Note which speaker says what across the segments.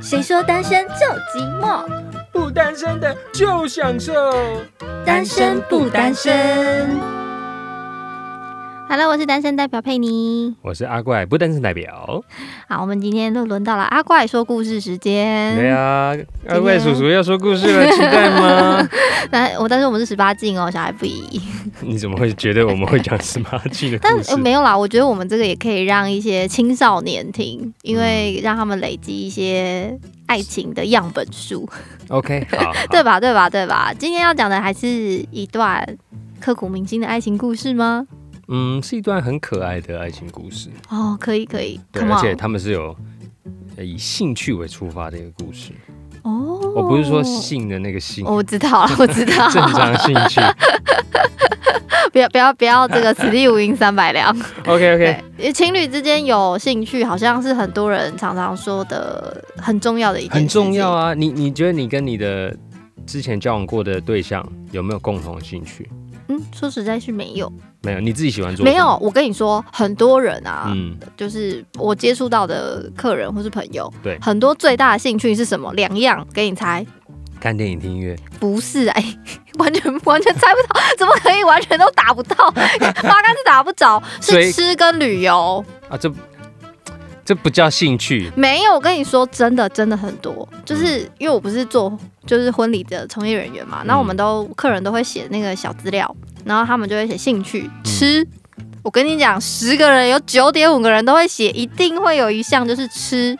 Speaker 1: 谁说单身就寂寞？
Speaker 2: 不单身的就享受。
Speaker 1: 单身不单身？好了，我是单身代表佩妮。
Speaker 2: 我是阿怪，不单身代表。
Speaker 1: 好，我们今天又轮到了阿怪说故事时间。
Speaker 2: 对啊，阿怪叔叔要说故事了，期待吗？
Speaker 1: 但我但是我们是十八禁哦，小孩不宜。
Speaker 2: 你怎么会觉得我们会讲十八禁的
Speaker 1: 但
Speaker 2: 故事
Speaker 1: 呃？没有啦，我觉得我们这个也可以让一些青少年听，因
Speaker 2: 嗯
Speaker 1: 为让他们累积一些爱情的样本数，
Speaker 2: OK，好，好
Speaker 1: 对吧？对吧？对吧？今天要讲的还是一段刻骨铭心的爱情故事吗？
Speaker 2: 嗯，是一段很可爱的爱情故事，
Speaker 1: 哦，可以，可以
Speaker 2: 对，
Speaker 1: ，Come
Speaker 2: 而且
Speaker 1: on，
Speaker 2: 他们是有呃以兴趣为出发的一个故事。
Speaker 1: 哦，
Speaker 2: 我不是说性的那个性，
Speaker 1: 哦我知 道了，我知道，
Speaker 2: 正常兴趣。
Speaker 1: 不要不要不要这个此地无银三百两。
Speaker 2: OK OK，
Speaker 1: 对，因为情侣之间有兴趣，好像是很多人常常说的很重要的一件
Speaker 2: 很重要
Speaker 1: 啊。
Speaker 2: 啊。你你觉得你跟你的之前交往过的对象有没有共同兴趣？
Speaker 1: 嗯，说实在是没有，
Speaker 2: 没有，你自己喜欢做什么
Speaker 1: 没有。？我跟你说，很多人啊，
Speaker 2: 嗯，
Speaker 1: 就是我接触到的客人或是朋友，
Speaker 2: 对
Speaker 1: 很多最大的兴趣是什么？两样，给你猜，
Speaker 2: 看电影、听音乐，
Speaker 1: 不是哎、 完全完全猜不到，怎么可以完全都打不到？ 八竿子打不着，
Speaker 2: 所
Speaker 1: 是
Speaker 2: 以
Speaker 1: 吃跟旅游。
Speaker 2: 啊，这这不叫兴趣。
Speaker 1: 没有，我跟你说，真的真的很多，就是
Speaker 2: 嗯
Speaker 1: 因为我不是做就是婚礼的从业人员嘛，那我们都客人都会写那个小资料，然后他们就会写兴趣吃。
Speaker 2: 嗯
Speaker 1: 我跟你讲，十个人有九点五个人都会写，一定会有一项就是吃。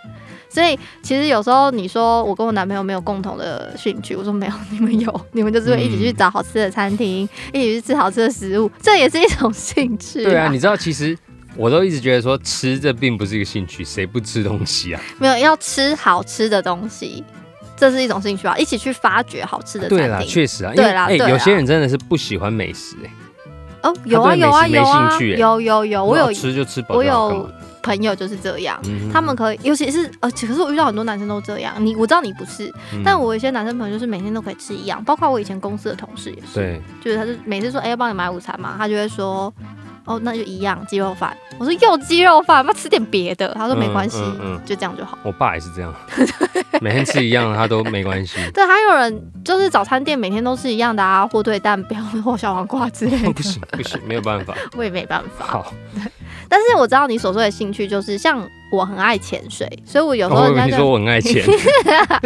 Speaker 1: 所以其实有时候你说我跟我男朋友没有共同的兴趣，我说没有， 你们有，你们就是会一起去
Speaker 2: 嗯
Speaker 1: 找好吃的餐厅，一起去吃好吃的食物，这也是一种兴趣、
Speaker 2: 对啊，你知道其实。我都一直觉得说吃这并不是一个兴趣，谁不吃东西啊？
Speaker 1: 没有要吃好吃的东西，这是一种兴趣吧？一起去发掘好吃的
Speaker 2: 对啦，
Speaker 1: 餐厅。
Speaker 2: 确实啊，因为
Speaker 1: 对啦
Speaker 2: 哎、
Speaker 1: 对啦
Speaker 2: 有些人真的是不喜欢美食、哎，
Speaker 1: 哦，有啊
Speaker 2: 他对美食
Speaker 1: 有啊
Speaker 2: 没
Speaker 1: 有啊，
Speaker 2: 兴趣欸
Speaker 1: 有有有，我
Speaker 2: 好
Speaker 1: 有
Speaker 2: 吃就吃饱
Speaker 1: 我
Speaker 2: 就好，干
Speaker 1: 有
Speaker 2: 嘛
Speaker 1: 朋友就是这样。
Speaker 2: 嗯哼
Speaker 1: 他们可以，尤其是呃，其可是我遇到很多男生都这样。你我知道你不是，
Speaker 2: 嗯
Speaker 1: 但我有一些男生朋友就是每天都可以吃一样，包括我以前公司的同事也是，
Speaker 2: 对，
Speaker 1: 就是他就每次说哎、要帮你买午餐嘛，他就会说哦那就一样鸡肉饭。我说又鸡肉饭，那吃点别的。他说没
Speaker 2: 嗯
Speaker 1: 关系，
Speaker 2: 嗯嗯
Speaker 1: 就这样就好。
Speaker 2: 我爸也是这样，每天吃一样的他都没关系。
Speaker 1: 对，还有人就是早餐店每天都是一样的啊，火腿蛋 饼或小黄瓜之类
Speaker 2: 哦不
Speaker 1: 的，
Speaker 2: 行不行，没有办法。
Speaker 1: 我也没办 法。
Speaker 2: 好，
Speaker 1: 但是我知道你所说的兴趣就是像我很爱潜水，所以我有时候
Speaker 2: 哦我
Speaker 1: 人
Speaker 2: 跟
Speaker 1: 家
Speaker 2: 你
Speaker 1: 就
Speaker 2: 说我很 爱钱，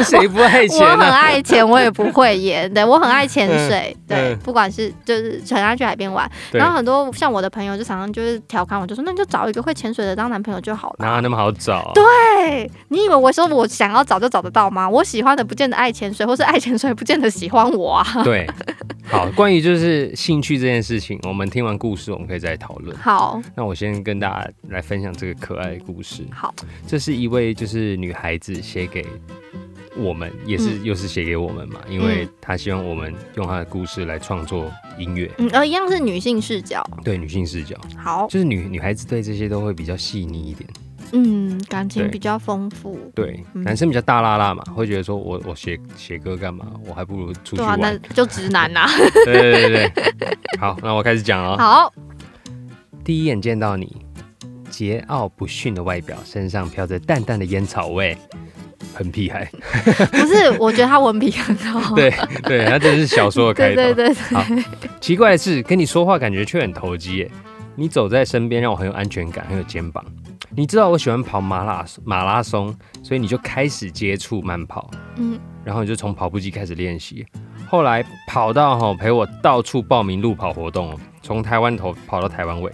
Speaker 2: 谁不爱钱
Speaker 1: 我很
Speaker 2: 啊？
Speaker 1: 爱潜，我也不会淹。对，我很爱潜水。
Speaker 2: 嗯
Speaker 1: 对
Speaker 2: 嗯，
Speaker 1: 不管是就是很爱去海边玩，
Speaker 2: 对
Speaker 1: 然后很多像我的朋友就常常就是调侃我，就说那你就找一个会潜水的当男朋友就好了。
Speaker 2: 哪有那么好找啊？
Speaker 1: 对，你以为我说我想要找就找得到吗？我喜欢的不见得爱潜水，或是爱潜水不见得喜欢我啊。
Speaker 2: 对，好，关于就是兴趣这件事情，我们听完故事我们可以再讨论。
Speaker 1: 好，
Speaker 2: 那我先跟大家来分享这个可爱的故事。
Speaker 1: 好，
Speaker 2: 这是一位就是女孩子写给我们，也是、
Speaker 1: 嗯
Speaker 2: 又是写给我们嘛，因为她希望我们用她的故事来创作音乐，
Speaker 1: 嗯，呃，一样是女性视角。
Speaker 2: 对女性视角，
Speaker 1: 好，
Speaker 2: 就是女女孩子对这些都会比较细腻一点。
Speaker 1: 嗯，感情
Speaker 2: 对
Speaker 1: 比较丰富。
Speaker 2: 对，
Speaker 1: 嗯
Speaker 2: 男生比较大拉拉嘛，会觉得说我我写写歌干嘛？我还不如出去
Speaker 1: 对啊，
Speaker 2: 玩。
Speaker 1: 那就直男啊 呐、
Speaker 2: 对对对对。 好，那我开始讲了哦。
Speaker 1: 好，
Speaker 2: 第一眼见到你，桀骜不驯的外表，身上飘着淡淡的烟草味，很屁孩。
Speaker 1: 不是，我觉得他文笔很好。
Speaker 2: 对对，他这是 小说的开
Speaker 1: 对
Speaker 2: 头。
Speaker 1: 哦对对
Speaker 2: 好
Speaker 1: 对，
Speaker 2: 奇怪的是，跟你说话感觉却很投机耶。你走在身边，让我很有安全感，很有肩膀。你知道我喜欢跑马拉马拉松，所以你就开始接触慢跑。
Speaker 1: 嗯，
Speaker 2: 然后你就从跑步机开始练习，后来跑到哈、陪我到处报名路跑活动哦，从台湾头跑到台湾尾，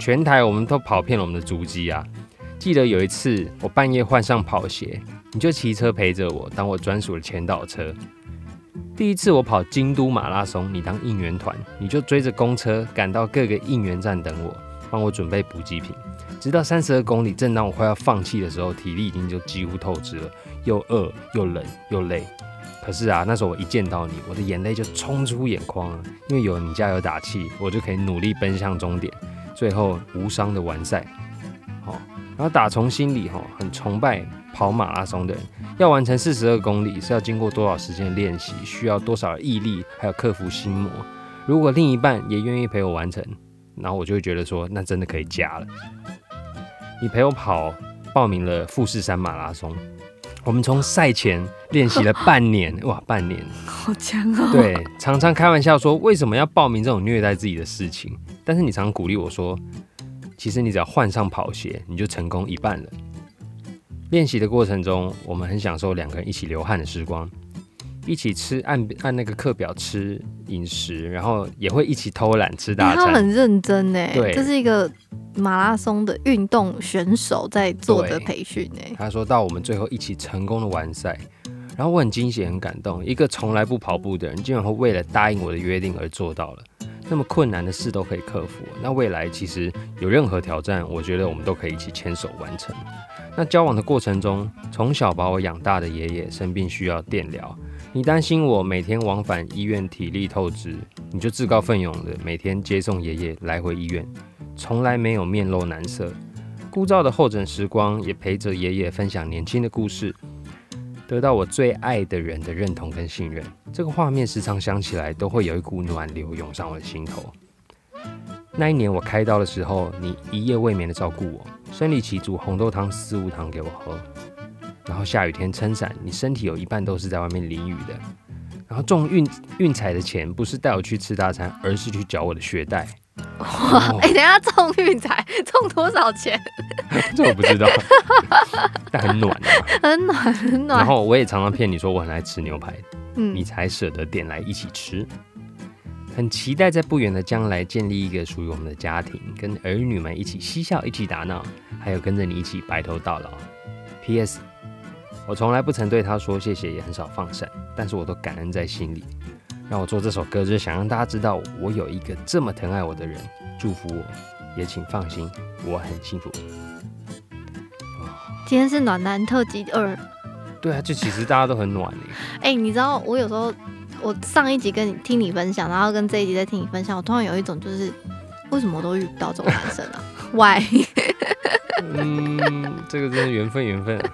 Speaker 2: 全台我们都跑遍了我们的足迹啊。记得有一次我半夜换上跑鞋，你就骑车陪着我，当我专属的前导车。第一次我跑京都马拉松，你当应援团，你就追着公车赶到各个应援站等我，帮我准备补给品。直到三十二公里，正当我快要放弃的时候，体力已经就几乎透支了，又饿又冷又累。可是啊，那时候我一见到你，我的眼泪就冲出眼眶了，因为有你加油打气，我就可以努力奔向终点，最后无伤的完赛。好、然后打从心里哈、哦很崇拜跑马拉松的人，要完成四十二公里是要经过多少时间的练习，需要多少的毅力，还有克服心魔。如果另一半也愿意陪我完成，然后我就会觉得说，那真的可以加了。你陪我跑，报名了富士山马拉松，我们从赛前练习了半年，哇，半年。
Speaker 1: 好强哦！
Speaker 2: 对，常常开玩笑说为什么要报名这种虐待自己的事情，但是你常鼓励我说，其实你只要换上跑鞋，你就成功一半了。练习的过程中，我们很享受两个人一起流汗的时光，一起吃按按那个课表吃饮食，然后也会一起偷懒吃
Speaker 1: 因为
Speaker 2: 大
Speaker 1: 他
Speaker 2: 餐。
Speaker 1: 很认真哎，
Speaker 2: 对
Speaker 1: 这是一个马拉松的运动选手在做的
Speaker 2: 对
Speaker 1: 培训哎，
Speaker 2: 他说到我们最后一起成功的完赛，然后我很惊喜，很感动。一个从来不跑步的人，竟然会为了答应我的约定而做到了。那么困难的事都可以克服，那未来其实有任何挑战，我觉得我们都可以一起牵手完成。那交往的过程中，从小把我养大的爷爷生病需要电疗，你担心我每天往返医院体力透支，你就自告奋勇的每天接送爷爷来回医院，从来没有面露难色，枯燥的候诊时光，也陪着爷爷分享年轻的故事，得到我最爱的人的认同跟信任。这个画面时常想起来，都会有一股暖流涌上我的心头。那一年我开刀的时候，你一夜未眠的照顾我，生理期煮红豆汤、四物汤给我喝，然后下雨天撑伞，你身体有一半都是在外面淋雨的。然后中运运彩的钱不是带我去吃大餐，而是去缴我的哦学贷。哇
Speaker 1: 哎、等一下中运彩 中多少钱？
Speaker 2: 这我不知道， 但很暖、啊。
Speaker 1: 很暖很
Speaker 2: 然
Speaker 1: 暖，
Speaker 2: 后我也常常骗你说我很爱吃牛排，你
Speaker 1: 嗯，
Speaker 2: 才舍得点来一起吃。很期待在不远的将来建立一个属于我们的家庭，跟儿女们一起嬉笑，一起打闹，还有跟着你一起白头到老。P.S. 我从来不曾对他说谢谢，也很少放闪，但是我都感恩在心里。让我做这首歌，就是想让大家知道我有一个这么疼爱我的人，祝福我，也请放心，我很幸福。
Speaker 1: 今天是暖男特辑二，
Speaker 2: 对啊，就其实大家都很暖耶
Speaker 1: 哎、你知道我有时候我上一集跟你听你分享，然后跟这一集在听你分享，我突然有一种就是为什么我都遇不到这种男生 啊？Why？
Speaker 2: 嗯，这个真的缘分，缘分啊。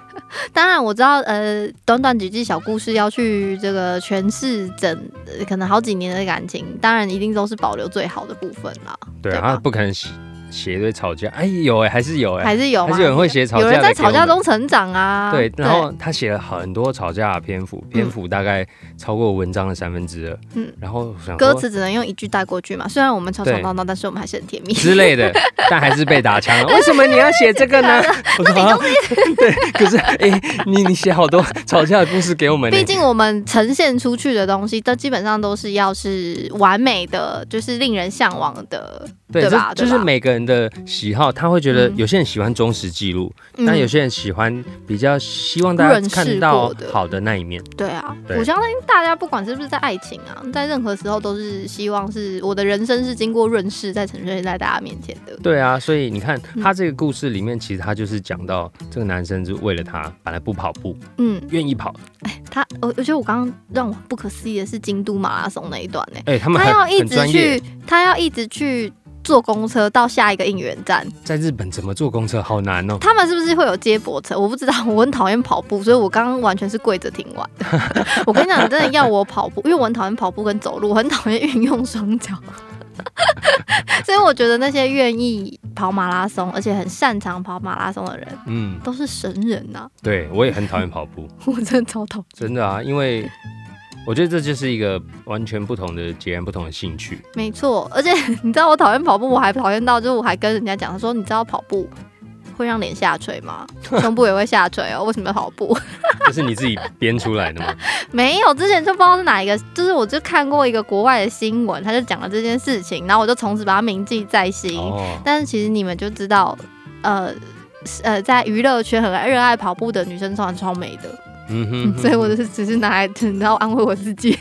Speaker 1: 当然我知道，呃，短短几句小故事要去这个诠释整、呃可能好几年的感情，当然一定都是保留最好的部分啦，
Speaker 2: 对
Speaker 1: 对
Speaker 2: 啊，
Speaker 1: 吧
Speaker 2: 他不可能写写一堆吵架，哎，有哎，还是有哎，
Speaker 1: 还是有
Speaker 2: 还
Speaker 1: 嘛
Speaker 2: 是有人会写吵架
Speaker 1: 有
Speaker 2: 的给我
Speaker 1: 人
Speaker 2: 们，
Speaker 1: 在吵架中成长啊，
Speaker 2: 对，然后他写了很多吵架的篇幅，篇幅大概超过文章的三分之二，嗯
Speaker 1: 嗯，
Speaker 2: 然后想
Speaker 1: 歌
Speaker 2: 说
Speaker 1: 词只能用一句带过去嘛，虽然我们吵吵
Speaker 2: 对
Speaker 1: 闹闹，但是我们还是很甜蜜。
Speaker 2: 之类的， 但还是被打枪 了。为什么你要写这个呢？我说啊， 对，可是哎，你你写好多吵架的故事给我们欸呢，
Speaker 1: 毕竟我们呈现出去的东西，都基本上都是要是完美的，就是令人向往的。
Speaker 2: 对，
Speaker 1: 对
Speaker 2: 这
Speaker 1: 吧对
Speaker 2: 就是
Speaker 1: 吧
Speaker 2: 每个人的喜好，他会觉得
Speaker 1: 嗯
Speaker 2: 有些人喜欢忠实记录，但有些人喜欢比较希望大家
Speaker 1: 润饰
Speaker 2: 看到
Speaker 1: 过的
Speaker 2: 好的那一面，
Speaker 1: 对啊，
Speaker 2: 对
Speaker 1: 我相信大家不管是不是在爱情啊，在任何时候都是希望是我的人生是经过润饰，再呈现在大家面前的。
Speaker 2: 对啊，所以你看
Speaker 1: 嗯
Speaker 2: 他这个故事里面，其实他就是讲到这个男生是为了他本来不跑步，
Speaker 1: 嗯，
Speaker 2: 愿意跑，
Speaker 1: 他，我我觉得我刚刚让我不可思议的是京都马拉松那一段呢、
Speaker 2: 哎、他们
Speaker 1: 他
Speaker 2: 很
Speaker 1: 要一
Speaker 2: 很
Speaker 1: 直
Speaker 2: 专业，
Speaker 1: 去，他要一直去坐公车到下一个应援站，
Speaker 2: 在日本怎么坐公车好难哦、
Speaker 1: 他们是不是会有接驳车？我不知道， 我很讨厌跑步，所以我刚刚完全是跪着听完 的。我跟你讲，你真的要我跑步，因为我很讨厌跑步跟走路，我很讨厌运用双脚。 所以我觉得那些愿意跑马拉松，而且很擅长跑马拉松的人，
Speaker 2: 嗯，
Speaker 1: 都是神人呐、
Speaker 2: 对我也很讨厌跑步，
Speaker 1: 我真的超讨厌。
Speaker 2: 真的啊，因为我觉得这就是一个完全不同的、截然不同的兴趣。
Speaker 1: 没错，而且你知道我讨厌跑步，我还讨厌到就是我还跟人家讲，他说你知道跑步会让脸下垂吗？胸部也会下垂哦，为什么要跑步？
Speaker 2: 这是你自己编出来的吗？
Speaker 1: 没有，之前就不知道是哪一个，就是我就看过一个国外的新闻，他就讲了这件事情，然后我就从此把它铭记在心。
Speaker 2: 哦，
Speaker 1: 但是其实你们就知道，呃是呃，在娱乐圈很爱热爱跑步的女生穿超美的，
Speaker 2: 嗯哼哼
Speaker 1: 所以我就是只是拿来你知道安慰我自己。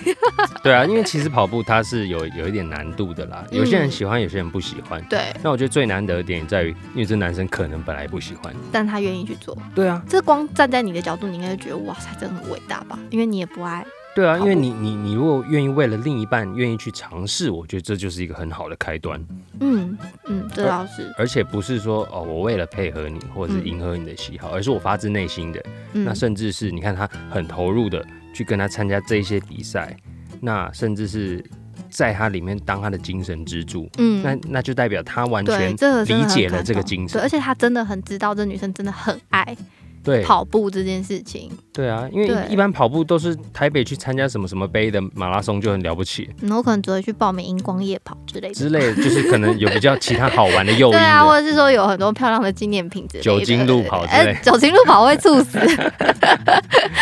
Speaker 2: 对啊，因为其实跑步它是有有一点难度的啦，
Speaker 1: 嗯
Speaker 2: 有些人喜欢，有些人不喜欢。
Speaker 1: 对，
Speaker 2: 那我觉得最难得的点在于，因为这男生可能本来不喜欢。
Speaker 1: 但她愿意去做，
Speaker 2: 对啊，
Speaker 1: 这光站在你的角度，你应该就觉得哇塞，真的很伟大吧？因为你也不爱。
Speaker 2: 对啊，
Speaker 1: 跑
Speaker 2: 因
Speaker 1: 步
Speaker 2: 为你你你如果愿意为了另一半愿意去尝试，我觉得这就是一个很好的开端，
Speaker 1: 嗯嗯，这倒是，
Speaker 2: 而且不是说哦我为了配合你或者是迎合你的喜好，而是我发自内心的。
Speaker 1: 嗯
Speaker 2: 那，甚至是你看他很投入的去跟他参加这一些比赛，那甚至是在他里面当他的精神支柱，
Speaker 1: 嗯
Speaker 2: 那那就代表他完
Speaker 1: 对，
Speaker 2: 全
Speaker 1: 这个真的很
Speaker 2: 理解了
Speaker 1: 感
Speaker 2: 这个
Speaker 1: 动
Speaker 2: 精神
Speaker 1: 对，而且他真的很知道这女生真的很爱
Speaker 2: 对
Speaker 1: 跑步这件事情。
Speaker 2: 对啊，因为
Speaker 1: 对
Speaker 2: 一般跑步都是台北去参加什么什么杯的马拉松就很了不起
Speaker 1: 嗯我可能只会去报名荧光夜跑之类的。
Speaker 2: 之类的，就是可能有比较其他好 玩的诱因
Speaker 1: 对
Speaker 2: 的。
Speaker 1: 啊，或者是说有很多漂亮的纪念品之类的。
Speaker 2: 酒精路跑之类
Speaker 1: 哎、酒精路跑会猝死。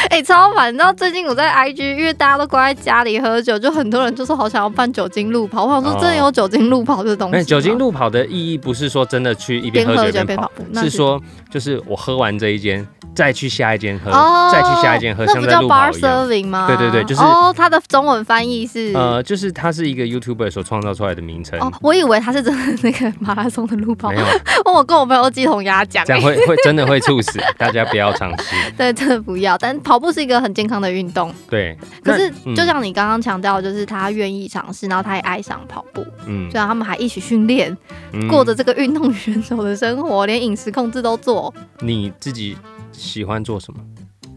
Speaker 1: 哎、超烦！你知道最近我在 IG，因为大家都关在家里喝酒，就很多人就说好想要办酒精路跑。我想说，真的有酒精路跑这东西、
Speaker 2: 哦那酒精。路跑的意义不是说真的去一边
Speaker 1: 边
Speaker 2: 喝
Speaker 1: 喝
Speaker 2: 酒
Speaker 1: 酒
Speaker 2: 一
Speaker 1: 边
Speaker 2: 边
Speaker 1: 跑
Speaker 2: 跑，
Speaker 1: 步，那
Speaker 2: 是说就是我喝完这一间，再去下一间喝，
Speaker 1: 哦，
Speaker 2: 呃再去下一间喝，
Speaker 1: 那
Speaker 2: 像
Speaker 1: 不
Speaker 2: 在
Speaker 1: 叫
Speaker 2: 路
Speaker 1: bar
Speaker 2: 跑一样。
Speaker 1: serving 吗？
Speaker 2: 对对对就是
Speaker 1: 哦，它的中文翻译是、
Speaker 2: 呃，就是它是一个 YouTuber 所创造出来的名称，
Speaker 1: 哦，我以为它是真的那个马拉松的路跑
Speaker 2: 没，有
Speaker 1: 我跟我朋友鸡同鸭讲、
Speaker 2: 这 样会会真的会猝死，大家不要尝试。
Speaker 1: 对，真的不要。但跑步是一个很健康的运动，
Speaker 2: 对，
Speaker 1: 可是
Speaker 2: 那嗯
Speaker 1: 就像你刚刚强调，就是他愿意尝试，然后他也爱上跑步，
Speaker 2: 嗯
Speaker 1: 虽，然他们还一起训练，
Speaker 2: 嗯
Speaker 1: 过着这个运动 选手的生活，连饮食控制都做。
Speaker 2: 你自己喜欢做什么？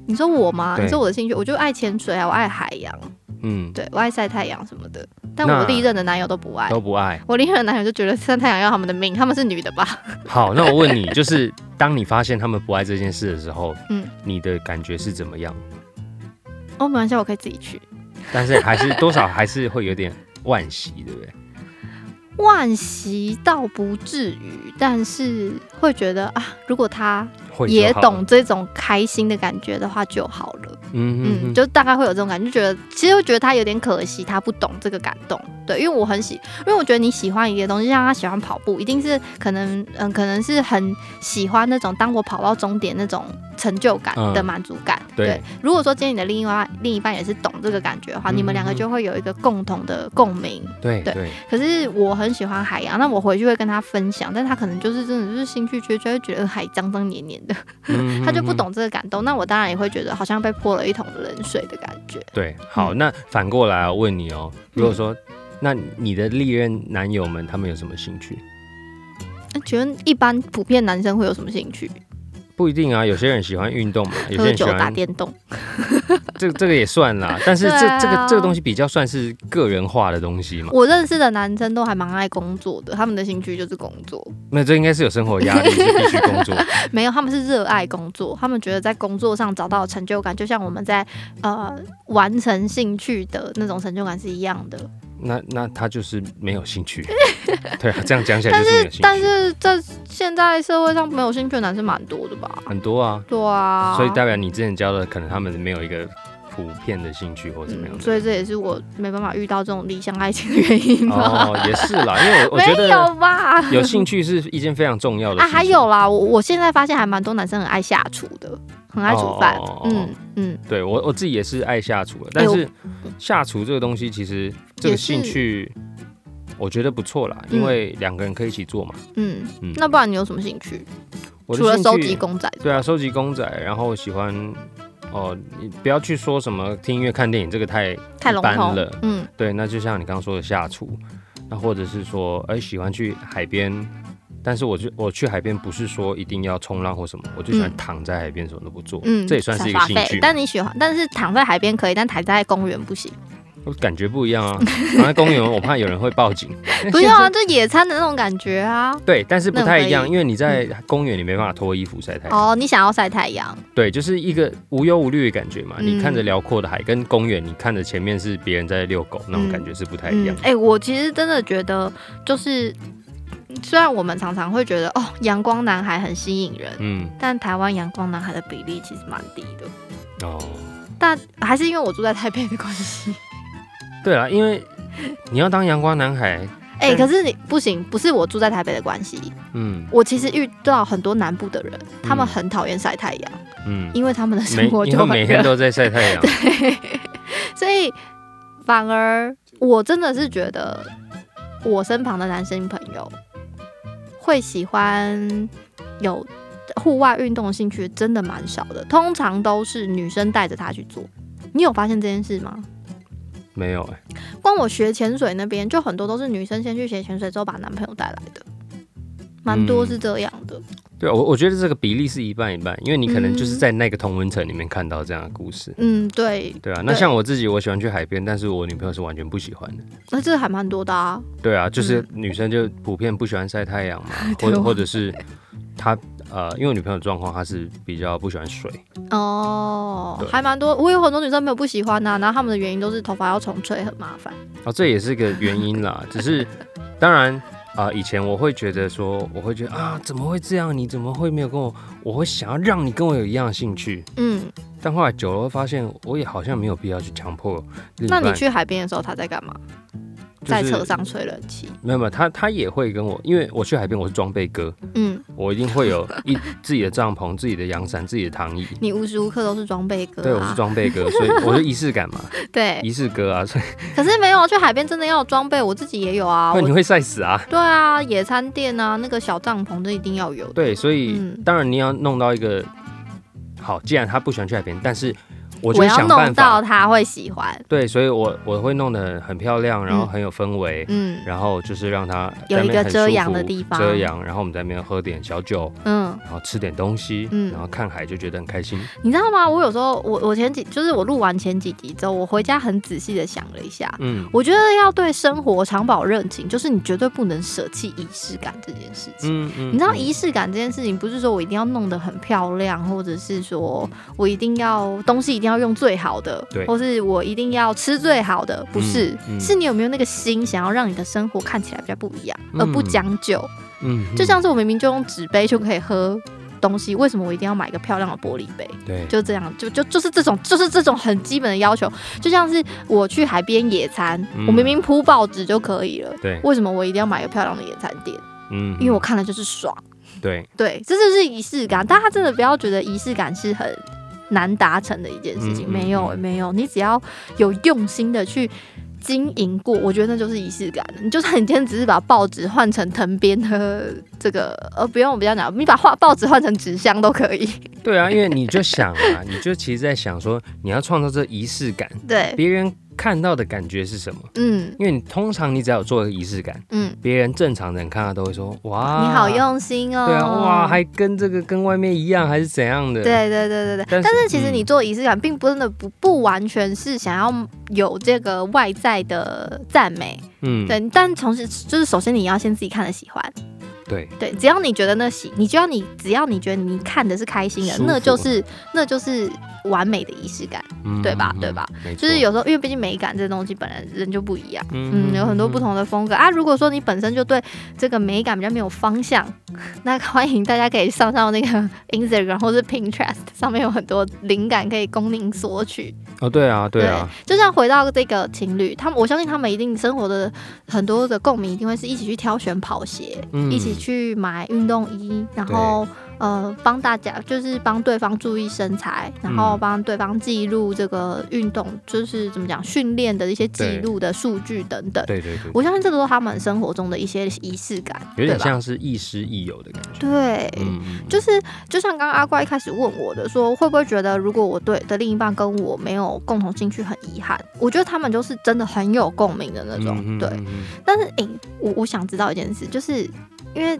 Speaker 1: 你说我吗？
Speaker 2: 对
Speaker 1: 你说我的兴趣，我就爱潜水啊，我爱海洋，
Speaker 2: 嗯，
Speaker 1: 对我爱晒太阳什么的。但
Speaker 2: 那
Speaker 1: 我历任的男友都不爱，
Speaker 2: 都不爱。
Speaker 1: 我历任的男友就觉得晒太阳要他们的命，他们是女的吧？
Speaker 2: 好，那我 问你，就是当你发现他们不爱这件事的时候，
Speaker 1: 嗯
Speaker 2: 嗯，你的感觉是怎么样？
Speaker 1: 哦，没关系，我可以自己去。
Speaker 2: 但是还是多少还是会有点惋惜，对不对？
Speaker 1: 惋惜倒不至于，但是会觉得啊，如果他
Speaker 2: 会就
Speaker 1: 也
Speaker 2: 好了
Speaker 1: 懂，这种开心的感觉的话就好了。
Speaker 2: 嗯
Speaker 1: 嗯，
Speaker 2: 嗯，就
Speaker 1: 就大概会有这种感觉，就觉得其实会觉得他有点可惜，他不懂这个感动。对，因为我很喜，因为我觉得你喜欢一个东西，像他喜欢跑步，一定是可能嗯，可能是很喜欢那种当我跑到终点那种成就感
Speaker 2: 嗯
Speaker 1: 的满足感。
Speaker 2: 对
Speaker 1: 如果说今天你的另外另一半也是懂这个感觉的话，
Speaker 2: 嗯
Speaker 1: 你们两个就会有一个共同的共鸣。
Speaker 2: 对
Speaker 1: 对
Speaker 2: 对，
Speaker 1: 可是我很喜欢海洋，那我回去会跟他分享，但他可能就是真的就是兴趣缺缺，会觉得呃海脏脏黏黏的，
Speaker 2: 嗯
Speaker 1: 他就不。懂这个感动。那我当然也会觉得好像被泼了一桶冷水的感觉。
Speaker 2: 嗯对，好，
Speaker 1: 嗯
Speaker 2: 那反过来我问你哦，如果说。那你的历任男友们，他们有什么兴趣？
Speaker 1: 那请问一般普遍男生会有什么兴趣？
Speaker 2: 不一定啊，有些人喜欢运动嘛，有些
Speaker 1: 喝
Speaker 2: 人喜
Speaker 1: 酒、啊打
Speaker 2: 欢
Speaker 1: 电动。
Speaker 2: 这这个也算啦。但是这、
Speaker 1: 对啊
Speaker 2: 这个这个东西比较算是个人化的东西嘛。
Speaker 1: 我认识的男生都还蛮爱工作的，他们的兴趣就是工作，
Speaker 2: 那这应该是有生活压力，是必须工 作。
Speaker 1: 没有他们是热爱工作，他们觉得在工作上找到成就感，就像我们在呃完成兴趣的那种成就感是一样的。
Speaker 2: 那那他就是没有 兴趣。对啊，这样讲起来
Speaker 1: 但
Speaker 2: 就是没有
Speaker 1: 是
Speaker 2: 兴趣。
Speaker 1: 但是在现在社会上没有兴趣的男生蛮多的吧？
Speaker 2: 很多啊，
Speaker 1: 对啊，
Speaker 2: 所以代表你之前教的，可能他们没有一个普遍的兴趣或怎么
Speaker 1: 嗯，
Speaker 2: 样的。
Speaker 1: 所以这也是我没办法遇到这种理想爱情的原因吧？
Speaker 2: 哦，也是啦，因为我我
Speaker 1: 没
Speaker 2: 觉得
Speaker 1: 有吧？
Speaker 2: 有兴趣是一件非常重要的
Speaker 1: 啊，
Speaker 2: 事情。
Speaker 1: 还有啦，我我现在发现还蛮多男生很爱下厨的，很爱煮饭
Speaker 2: 哦哦。哦
Speaker 1: 嗯嗯，
Speaker 2: 对我我自己也是爱下厨的，但
Speaker 1: 哎我
Speaker 2: 是下厨这个东西其实这
Speaker 1: 也
Speaker 2: 个
Speaker 1: 是
Speaker 2: 兴趣。我觉得不错啦，
Speaker 1: 嗯
Speaker 2: 因为两个人可以一起做嘛。
Speaker 1: 嗯
Speaker 2: 嗯，
Speaker 1: 那不然你有什么兴趣？
Speaker 2: 我的
Speaker 1: 除了
Speaker 2: 兴
Speaker 1: 收
Speaker 2: 趣
Speaker 1: 集公仔，
Speaker 2: 对啊，收集公仔，然后喜欢哦，你不要去说什么听音乐、看电影，这个太
Speaker 1: 太笼
Speaker 2: 一
Speaker 1: 统
Speaker 2: 般了。
Speaker 1: 嗯，
Speaker 2: 对。那就像你刚刚说的下厨，那或者是说，哎、喜欢去海边，但是我去我去海边不是说一定要冲浪或什么，我就喜欢
Speaker 1: 嗯
Speaker 2: 躺在海边什么都不做，
Speaker 1: 嗯，
Speaker 2: 这也算是一个
Speaker 1: 耍
Speaker 2: 兴
Speaker 1: 废
Speaker 2: 趣嘛。
Speaker 1: 但你喜欢，但是躺在海边可以，但躺在公园 不行。
Speaker 2: 我感觉不一样啊，躺在公园，我怕有人会报警。
Speaker 1: 不用啊，就野餐的那种感觉啊。
Speaker 2: 对，但是不
Speaker 1: 那
Speaker 2: 太
Speaker 1: 可
Speaker 2: 一样，
Speaker 1: 以嗯
Speaker 2: 因为你在公园你没办法脱衣服晒太阳。
Speaker 1: 哦，你想要晒太阳，
Speaker 2: 对，就是一个无忧无虑的感觉嘛。
Speaker 1: 嗯
Speaker 2: 你看着辽阔的海，跟公园，你看着前面是别人在遛狗，那种感觉是不太一样
Speaker 1: 嗯。。哎、我其实真的觉得，就是虽然我们常常会觉得哦，阳光男孩很吸引人，
Speaker 2: 嗯，
Speaker 1: 但台湾阳光男孩的比例其实蛮低的。
Speaker 2: 哦，
Speaker 1: 但还是因为我住在台北的关 系。
Speaker 2: 对了，因为你要当阳光男孩，
Speaker 1: 哎、
Speaker 2: 对
Speaker 1: 可是你不行，不是我住在台北的关系。
Speaker 2: 嗯
Speaker 1: 我其实遇到很多南部的人，他们很讨厌晒太阳，
Speaker 2: 嗯，
Speaker 1: 因为他们的
Speaker 2: 每
Speaker 1: 生活
Speaker 2: 因
Speaker 1: 就
Speaker 2: 为
Speaker 1: 很
Speaker 2: 每天
Speaker 1: 热，
Speaker 2: 都在晒太阳，
Speaker 1: 所以反而我真的是觉得，我身旁的男生朋友会喜欢有户外运动的兴趣，真的蛮少的。通常都是女生带着他去做。你有发现这件事吗？
Speaker 2: 没有哎、
Speaker 1: 光我学潜水那边，就很多都是女生先去学潜水，之后把男朋友带来的，蛮多
Speaker 2: 嗯
Speaker 1: 是这样的。
Speaker 2: 对我我觉得这个比例是一半一半，因为你可能就是在那个同温层里面看到这样的故事。
Speaker 1: 嗯，对，
Speaker 2: 对啊，那
Speaker 1: 对
Speaker 2: 像我自己，我喜欢去海边，但是我女朋友是完全不喜欢的。
Speaker 1: 那这还蛮多的啊。
Speaker 2: 对啊，就是女生就普遍不喜欢晒太阳嘛，或
Speaker 1: 对
Speaker 2: 者
Speaker 1: 我
Speaker 2: 或者是她呃，因为我女朋友的状况，她是比较不喜欢水，
Speaker 1: 哦
Speaker 2: 对，
Speaker 1: 还蛮多。我有很多女生没有不喜欢呐、啊然后她们的原因都是头发要重吹，很麻烦。
Speaker 2: 啊，这也是个原 因啦。只是，当然啊、以前我会觉得说，我会觉得啊，怎么会这样？你怎么会没有跟我？我会想要让你跟我有一样的兴趣。
Speaker 1: 嗯，
Speaker 2: 但后来久了，会发现我也好像没有必要去强迫另一
Speaker 1: 那
Speaker 2: 半。
Speaker 1: 你去海边的时候，她在干嘛？
Speaker 2: 就
Speaker 1: 在
Speaker 2: 是
Speaker 1: 车上吹冷气。
Speaker 2: 没有没有，他他也会跟我，因为我去海边，我是装备哥，
Speaker 1: 嗯，
Speaker 2: 我一定会有一自己的帐篷、自己的阳伞、自己的躺椅。
Speaker 1: 你无时无刻都是装备哥、啊。
Speaker 2: 对，我是装备哥，所以我是仪式感嘛，
Speaker 1: 对
Speaker 2: 仪式哥啊，所以
Speaker 1: 可是没有去海边真的要有装备，我自己也有啊。
Speaker 2: 不然你
Speaker 1: 我
Speaker 2: 会晒死啊。
Speaker 1: 对啊，野餐垫啊，那个小帐篷这一定要有的。
Speaker 2: 对，所以、
Speaker 1: 嗯
Speaker 2: 当然你要弄到一个好，既然他不喜欢去海边，但是我就
Speaker 1: 我
Speaker 2: 会
Speaker 1: 要
Speaker 2: 想
Speaker 1: 弄
Speaker 2: 办
Speaker 1: 到
Speaker 2: 法。
Speaker 1: 他会喜欢。
Speaker 2: 对，所以我我会弄得很漂亮，然后很有氛围，
Speaker 1: 嗯
Speaker 2: 然后就是让他
Speaker 1: 有一个
Speaker 2: 在那边很舒服
Speaker 1: 遮阳的地方
Speaker 2: 遮阳，然后我们在那边喝点小酒，
Speaker 1: 嗯，
Speaker 2: 然后吃点东西，
Speaker 1: 嗯
Speaker 2: 然后看海就觉得很开心。
Speaker 1: 你知道吗？我有时候我我前几就是我录完前几集之后，我回家很仔细的想了一下，
Speaker 2: 嗯
Speaker 1: 我觉得要对生活长保热情，就是你绝对不能舍弃仪式感这件事情。
Speaker 2: 嗯嗯
Speaker 1: 你知道
Speaker 2: 嗯
Speaker 1: 仪式感这件事情，不是说我一定要弄得很漂亮，或者是说我一定要东西一定要用最好的
Speaker 2: 对，
Speaker 1: 或是我一定要吃最好的，不是，
Speaker 2: 嗯嗯
Speaker 1: 是你有没有那个心，想要让你的生活看起来比较不一样，
Speaker 2: 嗯
Speaker 1: 而不将就。
Speaker 2: 嗯嗯
Speaker 1: 就像是我明明就用纸杯就可以喝东西，为什么我一定要买一个漂亮的玻璃杯？
Speaker 2: 对，
Speaker 1: 就这样，就就就是这种，就是这种很基本的要求，就像是我去海边野餐，
Speaker 2: 嗯
Speaker 1: 我明明铺报纸就可以了，
Speaker 2: 对
Speaker 1: 为什么我一定要买个漂亮的野餐垫？
Speaker 2: 嗯
Speaker 1: 因为我看了就是爽，
Speaker 2: 对，
Speaker 1: 对，这就是仪式感。大家真的不要觉得仪式感是很难达成的一件事情，
Speaker 2: 嗯嗯
Speaker 1: 没有
Speaker 2: 嗯
Speaker 1: 没有，你只要有用心的去。经营过，我觉得那就是仪式感。你就算你今天只是把报纸换成藤编的这个，呃，不用我比较讲，你把画报纸换成纸箱都可以。
Speaker 2: 对啊，因为你就想啊， 你就其实在想说，你要创造这仪式感，
Speaker 1: 对，
Speaker 2: 别人看到的感觉是什么？
Speaker 1: 嗯
Speaker 2: 因为你通常你只要有做一个仪式感，
Speaker 1: 嗯，
Speaker 2: 别人正常人看到都会说哇，
Speaker 1: 你好。用心哦。
Speaker 2: 对啊，哇，还跟这个跟外面一样，还是怎样的？，
Speaker 1: 对对对对对。
Speaker 2: 但
Speaker 1: 但
Speaker 2: 是
Speaker 1: 是其实
Speaker 2: 嗯
Speaker 1: 你做仪式感，并不真的不不完全是想要有这个外在的赞美，
Speaker 2: 嗯，
Speaker 1: 对。但同时就是，首先你要先自己看的喜欢，
Speaker 2: 对，
Speaker 1: 对。只要你觉得那喜，你只要你只要你觉得你看的是开心的
Speaker 2: 舒，服
Speaker 1: 那就是那就是完美的仪式感，
Speaker 2: 嗯
Speaker 1: 对吧对吧？
Speaker 2: 没错
Speaker 1: 就是，有时候因为毕竟美感这东西本来人就不一样。
Speaker 2: 嗯
Speaker 1: 嗯，有很多不
Speaker 2: 同，
Speaker 1: 同的风格啊。如果说你本身就对这个美感比较没有方向， 那欢迎大家可以上上那个 Instagram 或是 Pinterest 上面有很多灵感可以供您索取。
Speaker 2: 哦，对啊，对啊，
Speaker 1: 就像回到这个情侣，他们我相信他们一定生活的很多的共鸣，一定会是一起去挑选跑鞋，
Speaker 2: 嗯
Speaker 1: 一起，去买运动衣，然后呃帮大家就是帮对方注意身材，然后
Speaker 2: 嗯
Speaker 1: 帮对方记录这个运动就是怎么讲训练的一些记
Speaker 2: 对
Speaker 1: 录的数据等等。
Speaker 2: 对对对，
Speaker 1: 我相信这个都是他们生活中的一些仪式感，
Speaker 2: 有
Speaker 1: 对
Speaker 2: 点
Speaker 1: 吧？
Speaker 2: 像是亦师亦友的感觉，
Speaker 1: 对，
Speaker 2: 嗯，嗯
Speaker 1: 就是就像刚刚阿怪一开始问我的说，会不会觉得如果我对的另一半跟我没有共同兴趣很遗憾？我觉得他们就是真的很有共鸣的那种，对。，
Speaker 2: 嗯嗯嗯嗯
Speaker 1: 但是，诶、我我想知道一件事，就是因为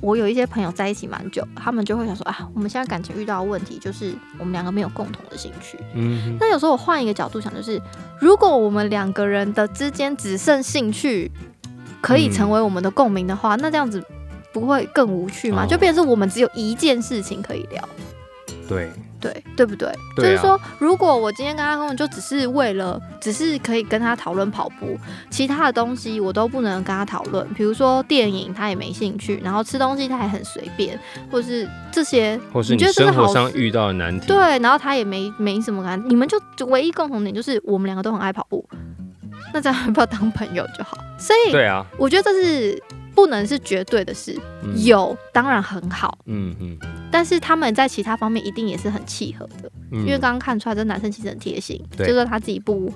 Speaker 1: 我有一些朋友在一起蛮久，他们就会想说啊，我们现在感情遇到的问题就是我们两个没有共同的兴趣。
Speaker 2: 嗯嗯
Speaker 1: 那有时候我换一个角度想，就是如果我们两个人的之间只剩兴趣可以
Speaker 2: 嗯
Speaker 1: 成为我们的共鸣的话，那这样子不会更无趣吗？
Speaker 2: 哦
Speaker 1: 就变成是我们只有一件事情可以聊，
Speaker 2: 对，
Speaker 1: 对对不对？就
Speaker 2: 对啊
Speaker 1: 是说，如果我今天跟他沟通，就只是为了只是可以跟他讨论跑步，其他的东西我都不能跟他讨论，比如说电影他也没兴趣，然后吃东西他也很随便，或是这些，
Speaker 2: 或是
Speaker 1: 你
Speaker 2: 你
Speaker 1: 觉得这
Speaker 2: 生
Speaker 1: 是好
Speaker 2: 活上
Speaker 1: 事
Speaker 2: 遇到的难题，
Speaker 1: 对，然后他也没没什么感觉，你们就就唯一共同点就是我们两个都很爱跑步，那这样要不要当朋友就好？所以
Speaker 2: 对啊，
Speaker 1: 我觉得这是不能是绝对的事，
Speaker 2: 嗯，
Speaker 1: 有当然很好，
Speaker 2: 嗯嗯，
Speaker 1: 但是他们在其他方面一定也是很契合的，
Speaker 2: 因
Speaker 1: 因为刚刚看出来这男生其实很贴心，
Speaker 2: 嗯对
Speaker 1: 就是他自己不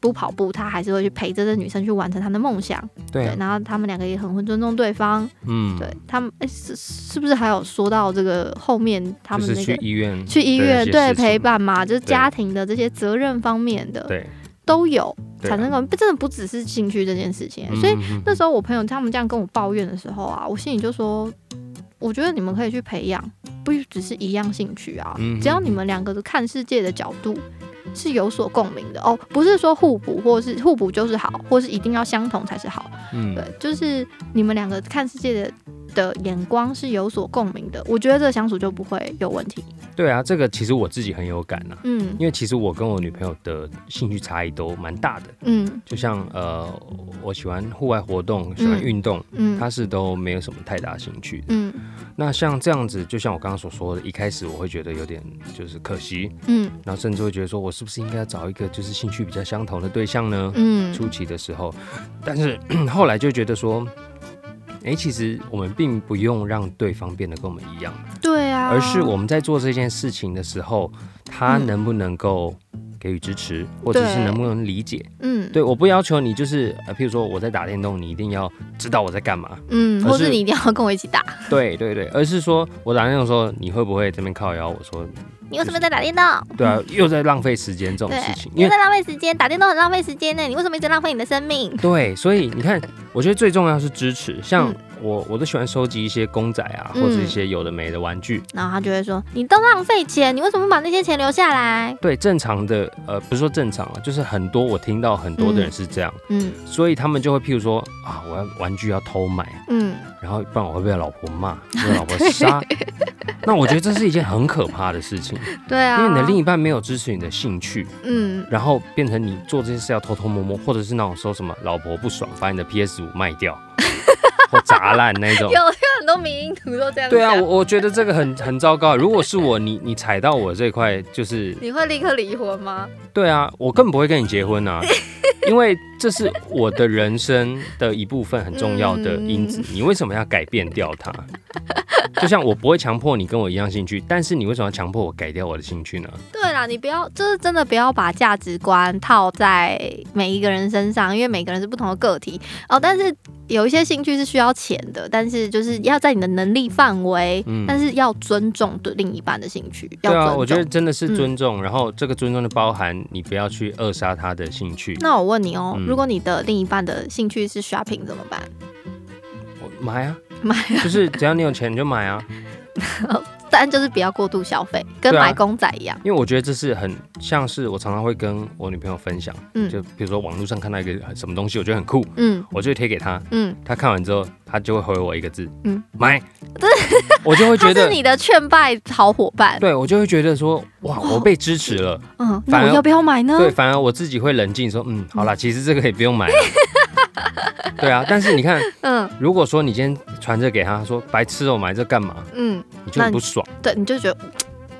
Speaker 1: 不跑步，他还是会去陪着这女生去完成她的梦想，
Speaker 2: 对啊
Speaker 1: 对，，然后他们两个也很会尊重对方，
Speaker 2: 嗯，
Speaker 1: 对他们诶是是不是还有说到这个后面他
Speaker 2: 就
Speaker 1: 们
Speaker 2: 是
Speaker 1: 那
Speaker 2: 去
Speaker 1: 个？
Speaker 2: 医院，
Speaker 1: 去医
Speaker 2: 嗯对那
Speaker 1: 院
Speaker 2: 些
Speaker 1: 对
Speaker 2: 事情
Speaker 1: 陪伴嘛，就是
Speaker 2: 嗯对
Speaker 1: 家庭的这些责任方面的
Speaker 2: 对，
Speaker 1: 都有
Speaker 2: 对啊
Speaker 1: 产生共鸣，真的不只是兴趣这件事情。
Speaker 2: 嗯
Speaker 1: 所以
Speaker 2: 以
Speaker 1: 那时候我朋友他们这样跟我抱怨的时候啊，我心里就说，我觉得你们可以去培养，不只是一样兴趣啊
Speaker 2: 嗯，
Speaker 1: 只要你们两个的看世界的角度。是有所共鸣的哦，不是说互补或是互补就是好，或是一定要相同才是好。
Speaker 2: 嗯
Speaker 1: 对，就是你们两个看世界的的眼光是有所共鸣的，我觉得这相处就不会有问题。
Speaker 2: 对啊，这个其实我自己很有感啊，
Speaker 1: 嗯
Speaker 2: 因为其实我跟我女朋友的兴趣差异都蛮大的。
Speaker 1: 嗯
Speaker 2: 就像呃，我喜欢户外活动，喜欢运动，
Speaker 1: 嗯
Speaker 2: 她是都没有什么太大兴趣的。
Speaker 1: 嗯
Speaker 2: 那像这样子，就像我刚刚所说的，一开始我会觉得有点就是可惜，
Speaker 1: 嗯
Speaker 2: 然后甚至会觉得说我是不是应该要找一个就是兴趣比较相同的对象呢？
Speaker 1: 嗯
Speaker 2: 初期的时候，但是 后来就觉得说，哎、其实我们并不用让对方变得跟我们一样，
Speaker 1: 对啊，
Speaker 2: 而是我们在做这件事情的时候，他能不能够给予支持，或者
Speaker 1: 嗯
Speaker 2: 是
Speaker 1: 对
Speaker 2: 能不能理解？
Speaker 1: 嗯
Speaker 2: 对，我不要求你就是，呃，譬如说我在打电动，你一定要知道我在干嘛。
Speaker 1: 嗯，
Speaker 2: 而
Speaker 1: 或是
Speaker 2: 是
Speaker 1: 你一定要跟我一起打，
Speaker 2: 对对对，而是说我打电动的时候，你会不会这边靠腰？我说，
Speaker 1: 你为什么在打电动？
Speaker 2: 对啊，又在浪费时间这种
Speaker 1: 嗯对
Speaker 2: 事情，，
Speaker 1: 你又在浪费时间，打电动很浪费时间呢，你为什么一直浪费你的生命？
Speaker 2: 对，所以你看，我觉得最重要是支持。像
Speaker 1: 嗯
Speaker 2: 我，我都喜欢收集一些公仔啊，
Speaker 1: 嗯
Speaker 2: 或者一些有的没的玩具。
Speaker 1: 然后他就会说，你都浪费钱，你为什么不把那些钱留下来？
Speaker 2: 对，正常的，呃，不是说正常啊，就是很多我听到很多的人是这样，
Speaker 1: 嗯
Speaker 2: 所以他们就会譬如说啊，我要玩具要偷买，
Speaker 1: 嗯，
Speaker 2: 然后不然我会被老婆骂，被 老婆杀。那我觉得这是一件很可怕的事情，
Speaker 1: 对啊，
Speaker 2: 因为你的另一半没有支持你的兴趣，
Speaker 1: 嗯
Speaker 2: 然后变成你做这些事要偷偷摸摸，或者是那种说什么老婆不爽，把你的 PS 五卖掉或砸烂那 种
Speaker 1: 有。有很多迷因图都这样讲，
Speaker 2: 对啊，我我觉得这个很很糟糕。如果是我，你你踩到我这块，就是
Speaker 1: 你会立刻离婚吗？
Speaker 2: 对啊，我更不会跟你结婚 啊，因为这是我的人生的一部分很重要的
Speaker 1: 嗯
Speaker 2: 因子。你为什么要改变掉它？ 就像我不会强迫你跟我一样兴趣，但是你为什么要强迫我改掉我的兴趣呢？
Speaker 1: 对啦，你不要，就是真的不要把价值观套在每一个人身上，因为每个人是不同的个体哦。但是有一些兴趣是需要钱的，但是就是要在你的能力范围，
Speaker 2: 嗯
Speaker 1: 但是要尊重对另一半的兴趣。要
Speaker 2: 对
Speaker 1: 尊
Speaker 2: 啊，
Speaker 1: 重嗯
Speaker 2: 我觉得真的是尊重，然后这个尊重就包含你不要去扼杀他的兴趣。
Speaker 1: 那我问你哦，
Speaker 2: 嗯
Speaker 1: 如果你的另一半的兴趣是 shopping 怎么办？
Speaker 2: 我买啊，
Speaker 1: 买
Speaker 2: 就是只要你有钱你就买啊，
Speaker 1: 但就是不要过度消费，跟
Speaker 2: 对啊
Speaker 1: 买公仔一样。
Speaker 2: 因为我觉得这是很像是我常常会跟我女朋友分享，
Speaker 1: 嗯
Speaker 2: 就比如说网络上看到一个什么东西，我觉得很酷，
Speaker 1: 嗯
Speaker 2: 我就会贴给她，
Speaker 1: 嗯，
Speaker 2: 她看完之后，她就会回我一个字，
Speaker 1: 嗯
Speaker 2: 嗯， 买，我就会
Speaker 1: 他
Speaker 2: 觉
Speaker 1: 是
Speaker 2: 得，
Speaker 1: 你的劝败好伙伴。
Speaker 2: 对我就会觉得说，哇，我被支持了，
Speaker 1: 哦嗯，那
Speaker 2: 反
Speaker 1: 我
Speaker 2: 而
Speaker 1: 要不要买呢？
Speaker 2: 对，反而我自己会冷静说，嗯，好啦，其实这个也不用 买了，对啊，但是你看，
Speaker 1: 嗯
Speaker 2: 如果说你今天传这给她，她说白痴哦，买这干嘛？
Speaker 1: 嗯，
Speaker 2: 你就
Speaker 1: 那
Speaker 2: 很
Speaker 1: 你
Speaker 2: 不爽，
Speaker 1: 对，你就觉得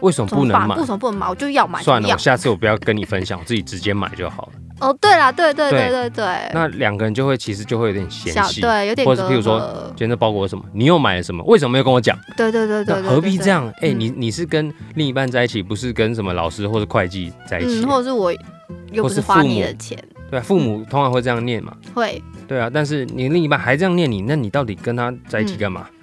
Speaker 2: 为什么
Speaker 1: 怎
Speaker 2: 不
Speaker 1: 么
Speaker 2: 能
Speaker 1: 办？
Speaker 2: 买
Speaker 1: 为？什么不能买？我就要买。
Speaker 2: 算
Speaker 1: 怎
Speaker 2: 了，
Speaker 1: 么样
Speaker 2: 我下次我不要跟你分享，我自己直接买就好了。
Speaker 1: 哦，对啦，对对对对
Speaker 2: 对
Speaker 1: 对，
Speaker 2: 那两个人就会其实就会有点嫌
Speaker 1: 小
Speaker 2: 隙。
Speaker 1: 对有点
Speaker 2: 或者是譬如说
Speaker 1: 说，
Speaker 2: 今天这包裹什么？你又买了什么？为什么没有跟我讲？
Speaker 1: 对对对对
Speaker 2: 那
Speaker 1: 对，嗯
Speaker 2: 何必这样？哎、
Speaker 1: 对？对
Speaker 2: 你你是跟另一半在一起，不是跟什么老师或是会计在一
Speaker 1: 嗯，
Speaker 2: 起？
Speaker 1: 嗯或嗯者是我又不
Speaker 2: 或
Speaker 1: 是
Speaker 2: 是
Speaker 1: 花
Speaker 2: 父
Speaker 1: 你
Speaker 2: 母
Speaker 1: 的钱，
Speaker 2: 对、啊，父母通常会这样念嘛。
Speaker 1: 会，
Speaker 2: 对啊，但是你另一半还这样念你，那你到底跟他在一起干嘛？
Speaker 1: 嗯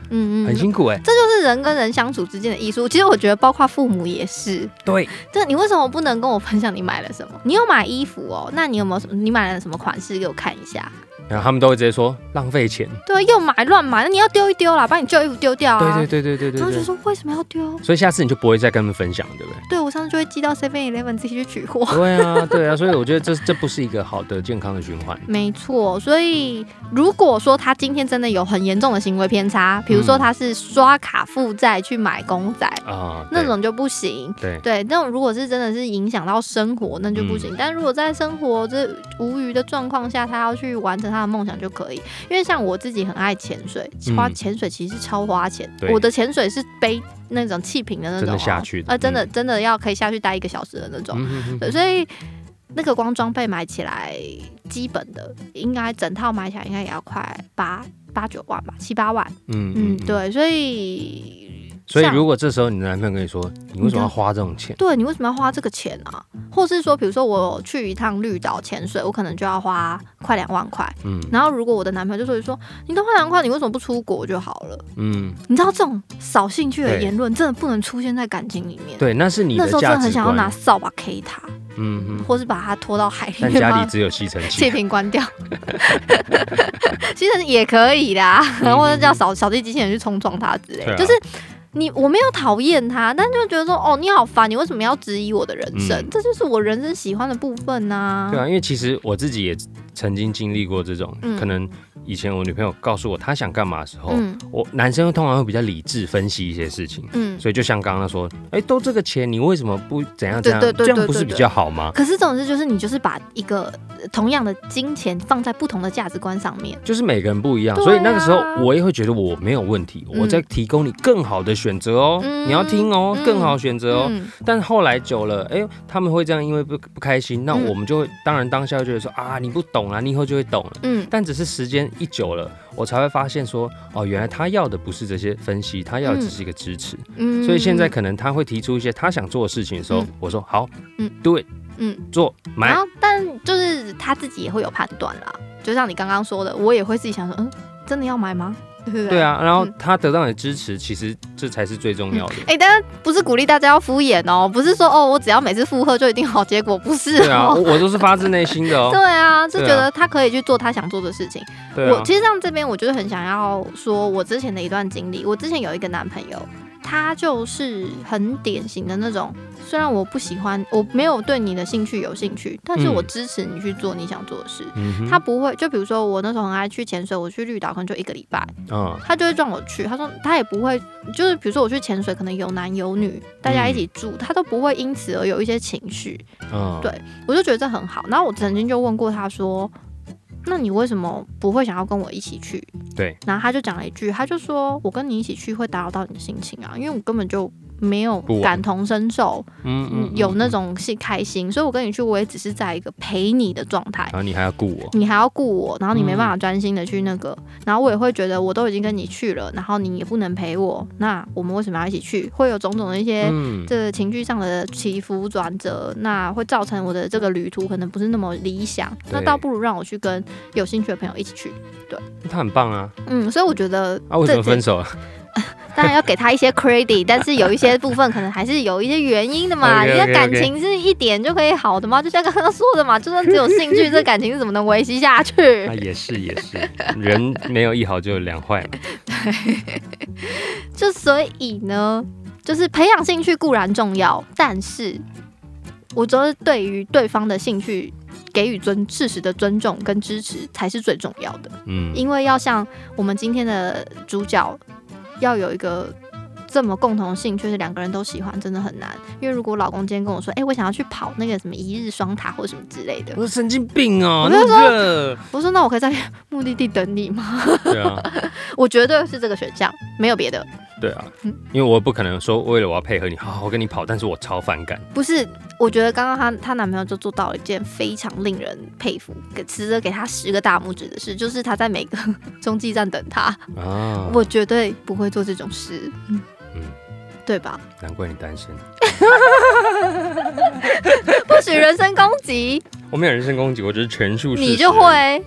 Speaker 2: 很
Speaker 1: 嗯，
Speaker 2: 辛苦哎、
Speaker 1: 这就是人跟人相处之间的艺术。其实我觉得，包括父母也是。
Speaker 2: 对，
Speaker 1: 这你为什么不能跟我分享你买了什么？你有买衣服哦，那你有没有什么？你买了什么款式给我看一下？
Speaker 2: 然后他们都会直接说浪费钱。
Speaker 1: 对，啊又买乱买，那你要丢一丢啦，把你旧衣服丢掉啊。
Speaker 2: 对对对对对
Speaker 1: 然后
Speaker 2: 对
Speaker 1: 就
Speaker 2: 对。
Speaker 1: 说为什么要丢？
Speaker 2: 所以下次你就不会再跟他们分享，对不对？
Speaker 1: 对我上次就会寄到 Seven Eleven 自己去取货。
Speaker 2: 对啊，对啊，所以我觉得这这不是一个好的健康的循环。
Speaker 1: 没错，所以如果说他今天真的有很严重的行为偏差，比如说
Speaker 2: 嗯
Speaker 1: 他是刷卡负债去买公仔，
Speaker 2: 啊，对
Speaker 1: 嗯那种就不行。
Speaker 2: 对嗯
Speaker 1: 对，那种如果是真的是影响到生活，那就不行。但如果在生活这无余的状况下，他要去完成他的梦想就可以。因为像我自己很爱潜水，花
Speaker 2: 嗯
Speaker 1: 潜水其实是超花钱。
Speaker 2: 对
Speaker 1: 我的潜水是背那种气瓶的那种、哦，
Speaker 2: 真的下去的
Speaker 1: 呃，真的真的要可以下去待一个小时的那种。
Speaker 2: 嗯哼哼
Speaker 1: 对，所以那个光装备买起来，基本的应该整套买起来应该也要快八八九万吧，七八万。
Speaker 2: 嗯
Speaker 1: 嗯，。对，所以
Speaker 2: 所以
Speaker 1: 像
Speaker 2: 如果这时候你的男朋友跟你说，你为什么要花这种钱？
Speaker 1: 对你为什么要花这个钱啊？或是说，比如说我去一趟绿岛潜水，我可能就要花快两万块。
Speaker 2: 嗯
Speaker 1: 然后如果我的男朋友就说说，你都花两万块，你为什么不出国就好了？
Speaker 2: 嗯，
Speaker 1: 你知道这种扫兴趣的
Speaker 2: 对
Speaker 1: 言论真的不能出现在感情里面。
Speaker 2: 对，那是你
Speaker 1: 那
Speaker 2: 的
Speaker 1: 时候真
Speaker 2: 价
Speaker 1: 的很
Speaker 2: 值
Speaker 1: 想要拿
Speaker 2: 观。
Speaker 1: 扫把 K 他，
Speaker 2: 嗯 嗯，
Speaker 1: 或是把他拖到海里
Speaker 2: 但
Speaker 1: 面，
Speaker 2: 家
Speaker 1: 把
Speaker 2: 里只有吸尘
Speaker 1: 气
Speaker 2: 器。
Speaker 1: 瓶关掉， 其实也可以啦，
Speaker 2: 嗯
Speaker 1: 或者叫扫扫地机器人去冲撞他之类，
Speaker 2: 对啊
Speaker 1: 就是。你我没有讨厌他，但就觉得说，哦，你好烦，你为什么要质疑我的人生？
Speaker 2: 嗯啊
Speaker 1: 这就是我人生喜欢的部分呐、啊
Speaker 2: 对啊，因为其实我自己也曾经经历过这种，
Speaker 1: 嗯
Speaker 2: 可能以前我女朋友告诉我她想干嘛的时候，
Speaker 1: 嗯
Speaker 2: 我男生通常会比较理智分析一些事情，
Speaker 1: 嗯。
Speaker 2: 所以就像刚刚说，哎、都这个钱，你为什么不怎样怎样？
Speaker 1: 对对对
Speaker 2: 这样不是
Speaker 1: 对对
Speaker 2: 比
Speaker 1: 对
Speaker 2: 较好吗？
Speaker 1: 可是总之就是你就是把一个呃同样的金钱放在不同的价值观上面，
Speaker 2: 就是每个人不一样，
Speaker 1: 对啊
Speaker 2: 所以那个时候我也会觉得我没有问题，
Speaker 1: 嗯
Speaker 2: 我在提供你更好的选择哦，
Speaker 1: 嗯
Speaker 2: 你要听哦，
Speaker 1: 嗯
Speaker 2: 更好的选择哦。
Speaker 1: 嗯
Speaker 2: 但后来久了，哎、他们会这样，因为不不开心，那
Speaker 1: 嗯
Speaker 2: 我们就会，当然当下就觉得说啊，你不懂啊，你以后就会懂了。
Speaker 1: 嗯
Speaker 2: 但只是时间一久了，我才会发现说，哦，原来他要的不是这些分析，他要的只是一个支持。
Speaker 1: 嗯
Speaker 2: 所以现在可能他会提出一些他想做的事情的时候，
Speaker 1: 嗯
Speaker 2: 我说好，嗯
Speaker 1: 嗯
Speaker 2: ，do it，
Speaker 1: 嗯，
Speaker 2: 做买
Speaker 1: 然，后但就是他自己也会有判断啦，就像你刚刚说的，我也会自己想说，嗯，真的要买吗？对不对？
Speaker 2: 对。啊。然后
Speaker 1: 嗯
Speaker 2: 他得到你的支持，其实这才是最重要的。
Speaker 1: 哎、但是不是鼓励大家要敷衍哦，不是说哦，我只要每次附和就一定好结果，不是
Speaker 2: 对啊，
Speaker 1: 哦
Speaker 2: 我。我都是发自内心 的哦。
Speaker 1: 对啊，就
Speaker 2: 对啊
Speaker 1: 觉得他可以去做他想做的事情。
Speaker 2: 对啊
Speaker 1: 我，其实像这边，我就是很想要说，我之前的一段经历。我之前有一个男朋友，他就是很典型的那种，虽然我不喜欢，我没有对你的兴趣有兴趣，但是
Speaker 2: 嗯
Speaker 1: 我支持你去做你想做的事。
Speaker 2: 嗯哼
Speaker 1: 他不会，就比如说我那时候很爱去潜水，我去绿岛可能就一个礼拜，
Speaker 2: 嗯
Speaker 1: 他就会叫我去。他说他也不会，就是比如说我去潜水，可能有男有女，大家一起住，他都不会因此而有一些情绪。
Speaker 2: 嗯，
Speaker 1: 对我就觉得这很好。然后我曾经就问过他说：“那你为什么不会想要跟我一起去？”
Speaker 2: 对。
Speaker 1: 然后他就讲了一句，他就说：“我跟你一起去会打扰到你的心情啊，因为我根本就没有
Speaker 2: 不玩
Speaker 1: 感同身受，
Speaker 2: 嗯
Speaker 1: 嗯有那，种是开心，所以我跟你去，我也只是在一个陪你的状态。”
Speaker 2: 然后你还要顾我，
Speaker 1: 你还要顾我，然后你没
Speaker 2: 嗯
Speaker 1: 办法专心的去那个，然后我也会觉得我都已经跟你去了，然后你也不能陪我，那我们为什么要一起去？会有种种的一些
Speaker 2: 嗯，
Speaker 1: 这个情绪上的起伏转折，那会造成我的这个旅途可能不是那么理想。
Speaker 2: 对
Speaker 1: 那倒不如让我去跟有兴趣的朋友一起去。
Speaker 2: 他很棒啊，
Speaker 1: 嗯，所以我觉得
Speaker 2: 啊，为什么分手了？
Speaker 1: 当然要给他一些 credit，但是有一些部分可能还是有一些原因的嘛。 你
Speaker 2: OK，OK，OK
Speaker 1: 的感情是一点就可以好的吗？就像刚刚说的嘛，就算只有兴 趣，这感情是怎么能维系下去
Speaker 2: 啊，？也是也是，人没有一好就有两坏嘛，
Speaker 1: 就所以呢，就是培养兴趣固然重要，但是我觉得对于对方的兴趣给予尊适时的尊重跟支持才是最重要的，
Speaker 2: 嗯，
Speaker 1: 因为要像我们今天的主角要有一个。这么共同兴趣是两个人都喜欢，真的很难。因为如果我老公今天跟我说：“哎、我想要去跑那个什么一日双塔或什么之类的
Speaker 2: 我”说神经病哦，
Speaker 1: 我就
Speaker 2: 那个，
Speaker 1: 我说：“那我可以在 目的地等你吗
Speaker 2: 对啊，？”
Speaker 1: 我绝对是这个选项，没有别的。
Speaker 2: 对啊，因为我不可能说为了我要配合你，好好跟你跑，但是我超反感，
Speaker 1: 不是，我觉得刚刚她她男朋友就做到了一件非常令人佩服，给值得给她十个大拇指的事，就是她在每个 中继站等他，
Speaker 2: 啊，
Speaker 1: 我绝对不会做这种事，嗯
Speaker 2: 嗯
Speaker 1: 对吧？
Speaker 2: 难怪你单身，
Speaker 1: 不许人身攻击，
Speaker 2: 我没有人身攻击，我只是陈述事实，
Speaker 1: 你就会，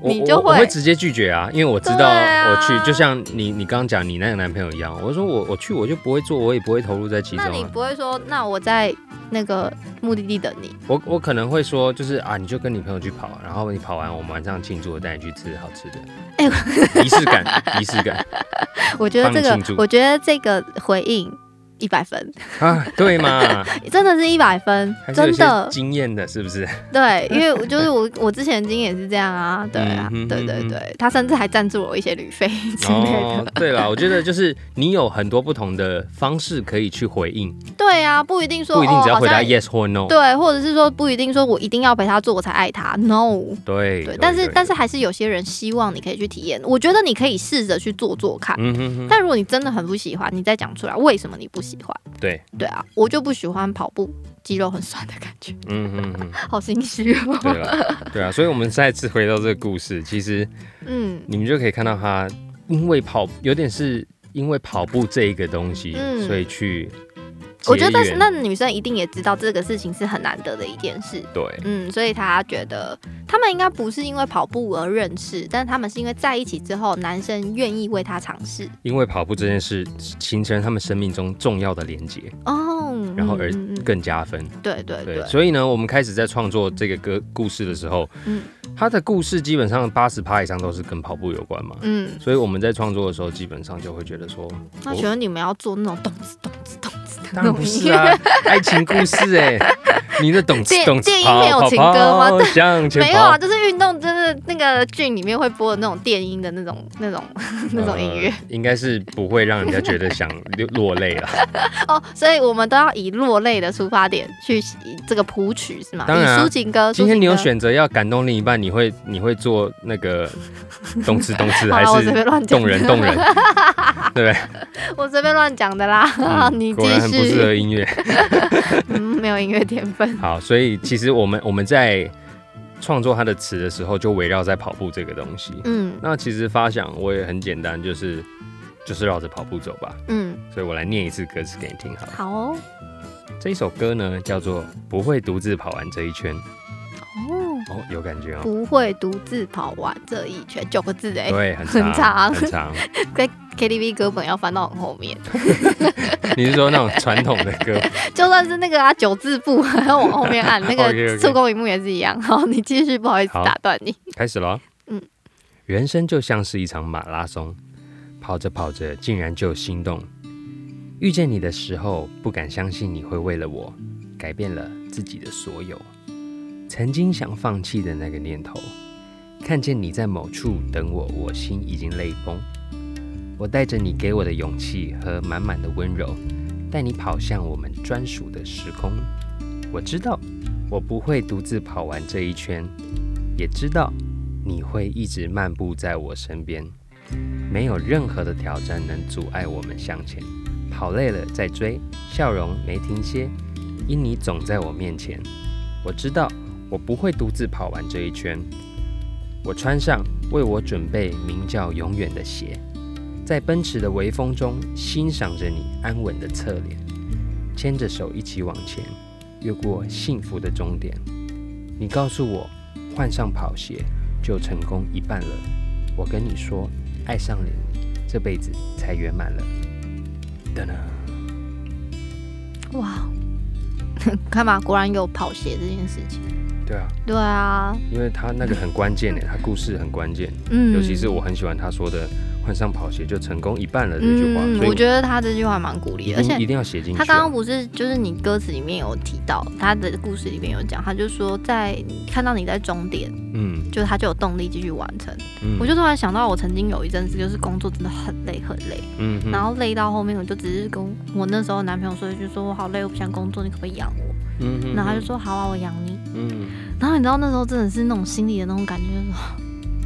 Speaker 2: 我
Speaker 1: 你就
Speaker 2: 我我
Speaker 1: 会
Speaker 2: 会直接拒绝啊，因为我知道
Speaker 1: 对啊
Speaker 2: 我去，就像你你刚刚讲你那个男朋友一样，我说我我去我就不会做，我也不会投入在其中、
Speaker 1: 那你
Speaker 2: 啊。
Speaker 1: 不会说，那我在那个目的地等你，
Speaker 2: 我我可能会说，就是啊，你就跟你朋友去跑，然后你跑完，我们晚上庆祝，我带你去吃好吃的。
Speaker 1: 哎
Speaker 2: 仪式感，仪式 感
Speaker 1: 我觉得这
Speaker 2: 帮你
Speaker 1: 个，
Speaker 2: 庆祝
Speaker 1: 我觉得这个回应一百分，
Speaker 2: 啊，对嘛？
Speaker 1: 真的是一百分
Speaker 2: 还，是有
Speaker 1: 真
Speaker 2: 些
Speaker 1: 的，
Speaker 2: 经验的，是 不是？
Speaker 1: 对，因为我就是我， 我之前的经验也是这样啊，对啊，
Speaker 2: 嗯哼
Speaker 1: 对对
Speaker 2: 嗯哼哦
Speaker 1: 对，他甚至还赞助我一些旅费之类的，，
Speaker 2: 对了，我觉得就是你有很多不同的方式可以去回应，
Speaker 1: 对啊，不一定说
Speaker 2: 不一定只要回
Speaker 1: 哦、好像
Speaker 2: 答 yes 或 no。
Speaker 1: 对，或者是说不一定说我一定要陪他做我才爱他，no，
Speaker 2: 对
Speaker 1: 对，但是但是
Speaker 2: 是，
Speaker 1: 还是有些人希望你可以去体验，我觉得你可以试着去做做看。
Speaker 2: 嗯哼哼，
Speaker 1: 但如果你真的很不喜欢，你再讲出来为什么你不喜欢。
Speaker 2: 对，
Speaker 1: 对啊，我就不喜欢跑步，肌肉很酸的感觉，
Speaker 2: 嗯哼哼。
Speaker 1: 好心虚
Speaker 2: 对
Speaker 1: 哦。
Speaker 2: 了， 对啊，所以我们再次回到这个故事，其实
Speaker 1: 嗯
Speaker 2: 你们就可以看到他因为跑，有点是因为跑步这一个东西，
Speaker 1: 嗯
Speaker 2: 所以去结缘，
Speaker 1: 我觉得但是那女生一定也知道这个事情是很难得的一件事，
Speaker 2: 对，
Speaker 1: 嗯，所以他觉得他们应该不是因为跑步而认识，但他们是因为在一起之后，男生愿意为他尝试
Speaker 2: 因为跑步这件事形成他们生命中重要的连接，
Speaker 1: 哦，
Speaker 2: 然后而
Speaker 1: 嗯嗯嗯
Speaker 2: 更加分。
Speaker 1: 对对对
Speaker 2: 对，，所以呢，我们开始在创作这个歌故事的时候，
Speaker 1: 嗯
Speaker 2: 他的故事基本上八十趴以上都是跟跑步有关嘛。
Speaker 1: 嗯，
Speaker 2: 所以我们在创作的时候，基本上就会觉得说，
Speaker 1: 那
Speaker 2: 我
Speaker 1: 请问你们要做那种咚子咚子咚子的那
Speaker 2: 当然
Speaker 1: 种
Speaker 2: 不
Speaker 1: 音
Speaker 2: 是
Speaker 1: 乐？
Speaker 2: 啊，爱情故事哎、你的懂词
Speaker 1: 电
Speaker 2: 懂词
Speaker 1: 电音
Speaker 2: 跑
Speaker 1: 没有
Speaker 2: 跑
Speaker 1: 情歌吗
Speaker 2: 跑向前
Speaker 1: 没有啊，
Speaker 2: 跑，
Speaker 1: 就是运动，就是那个剧里面会播的那种电音的那种、那种、那种音乐
Speaker 2: 呃应该是不会让人家觉得想流落泪 了。
Speaker 1: 哦，所以我们都要以落泪的出发点去以这个谱曲是吗？
Speaker 2: 当然
Speaker 1: 以
Speaker 2: 啊
Speaker 1: 抒情歌，
Speaker 2: 今
Speaker 1: 抒情
Speaker 2: 天你有
Speaker 1: 歌
Speaker 2: 选择要感动另一半，你会你会做那个动词动 词
Speaker 1: 好
Speaker 2: 还
Speaker 1: 啦我随
Speaker 2: 是
Speaker 1: 便乱讲
Speaker 2: 动 人动人？
Speaker 1: 我随便乱讲的啦，
Speaker 2: 嗯
Speaker 1: 你
Speaker 2: 果
Speaker 1: 继
Speaker 2: 然很不适
Speaker 1: 续。
Speaker 2: 合音乐。
Speaker 1: 嗯，没有音乐天分。
Speaker 2: 好，所以其实我们我们在创作他的词的时候，就围绕在跑步这个东西。
Speaker 1: 嗯
Speaker 2: 那其实发想我也很简单，就是就是绕着跑步走吧。
Speaker 1: 嗯，
Speaker 2: 所以我来念一次歌词给你听好了。
Speaker 1: 好哦。
Speaker 2: 这一首歌呢叫做《不会独自跑完这一圈》，
Speaker 1: 哦，
Speaker 2: 哦，有感觉哦。
Speaker 1: 不会独自跑完这一圈，九个字哎，
Speaker 2: 对，很
Speaker 1: 很
Speaker 2: 长
Speaker 1: 长
Speaker 2: 很长。
Speaker 1: 在 KTV 歌本要翻到很后面，
Speaker 2: 你是说那种传统的歌？
Speaker 1: 就算是那个啊九字步，还要往后面按，那
Speaker 2: OK，OK
Speaker 1: 个触控荧幕也是一样。好，你继续，不好意思
Speaker 2: 好
Speaker 1: 打断你。
Speaker 2: 开始了。嗯
Speaker 1: 嗯，
Speaker 2: 人生就像是一场马拉松，跑着跑着竟然就心动。遇见你的时候，不敢相信你会为了我改变了自己的所有。曾经想放弃的那个念头，看见你在某处等我，我心已经泪崩。我带着你给我的勇气和满满的温柔，带你跑向我们专属的时空。我知道，我不会独自跑完这一圈，也知道你会一直漫步在我身边，没有任何的挑战能阻碍我们向前。跑累了再追，笑容没停歇，因你总在我面前。我知道我不会独自跑完这一圈，我穿上为我准备名叫永远的鞋，在奔驰的微风中欣赏着你安稳的侧脸，牵着手一起往前，越过幸福的终点。你告诉我，换上跑鞋就成功一半了。我跟你说，爱上了你，这辈子才圆满了。等等，
Speaker 1: 哇， 看吧，果然有跑鞋这件事情。
Speaker 2: 对啊，
Speaker 1: 对啊，
Speaker 2: 因为他那个很关键欸呢，他故事很关键，
Speaker 1: 嗯，
Speaker 2: 尤其是我很喜欢他说的“换上跑鞋就成功一半了”这句话，所
Speaker 1: 嗯
Speaker 2: 以
Speaker 1: 我觉得他这句话蛮鼓励
Speaker 2: 一
Speaker 1: 的，而且
Speaker 2: 定一定要写进去啊。
Speaker 1: 他刚刚不是就是你歌词里面有提到，他的故事里面有讲，他就说在看到你在终点，
Speaker 2: 嗯
Speaker 1: 就是他就有动力继续完成。
Speaker 2: 嗯，
Speaker 1: 我就突然想到，我曾经有一阵子就是工作真的很累很累，
Speaker 2: 嗯哼
Speaker 1: 然后累到后面我就只是跟我那时候的男朋友说一句说我好累，我不想工作，你可不可以养我？
Speaker 2: 嗯哼
Speaker 1: 然后他就说好啊，我养你。
Speaker 2: 嗯
Speaker 1: 然后你知道那时候真的是那种心里的那种 感觉，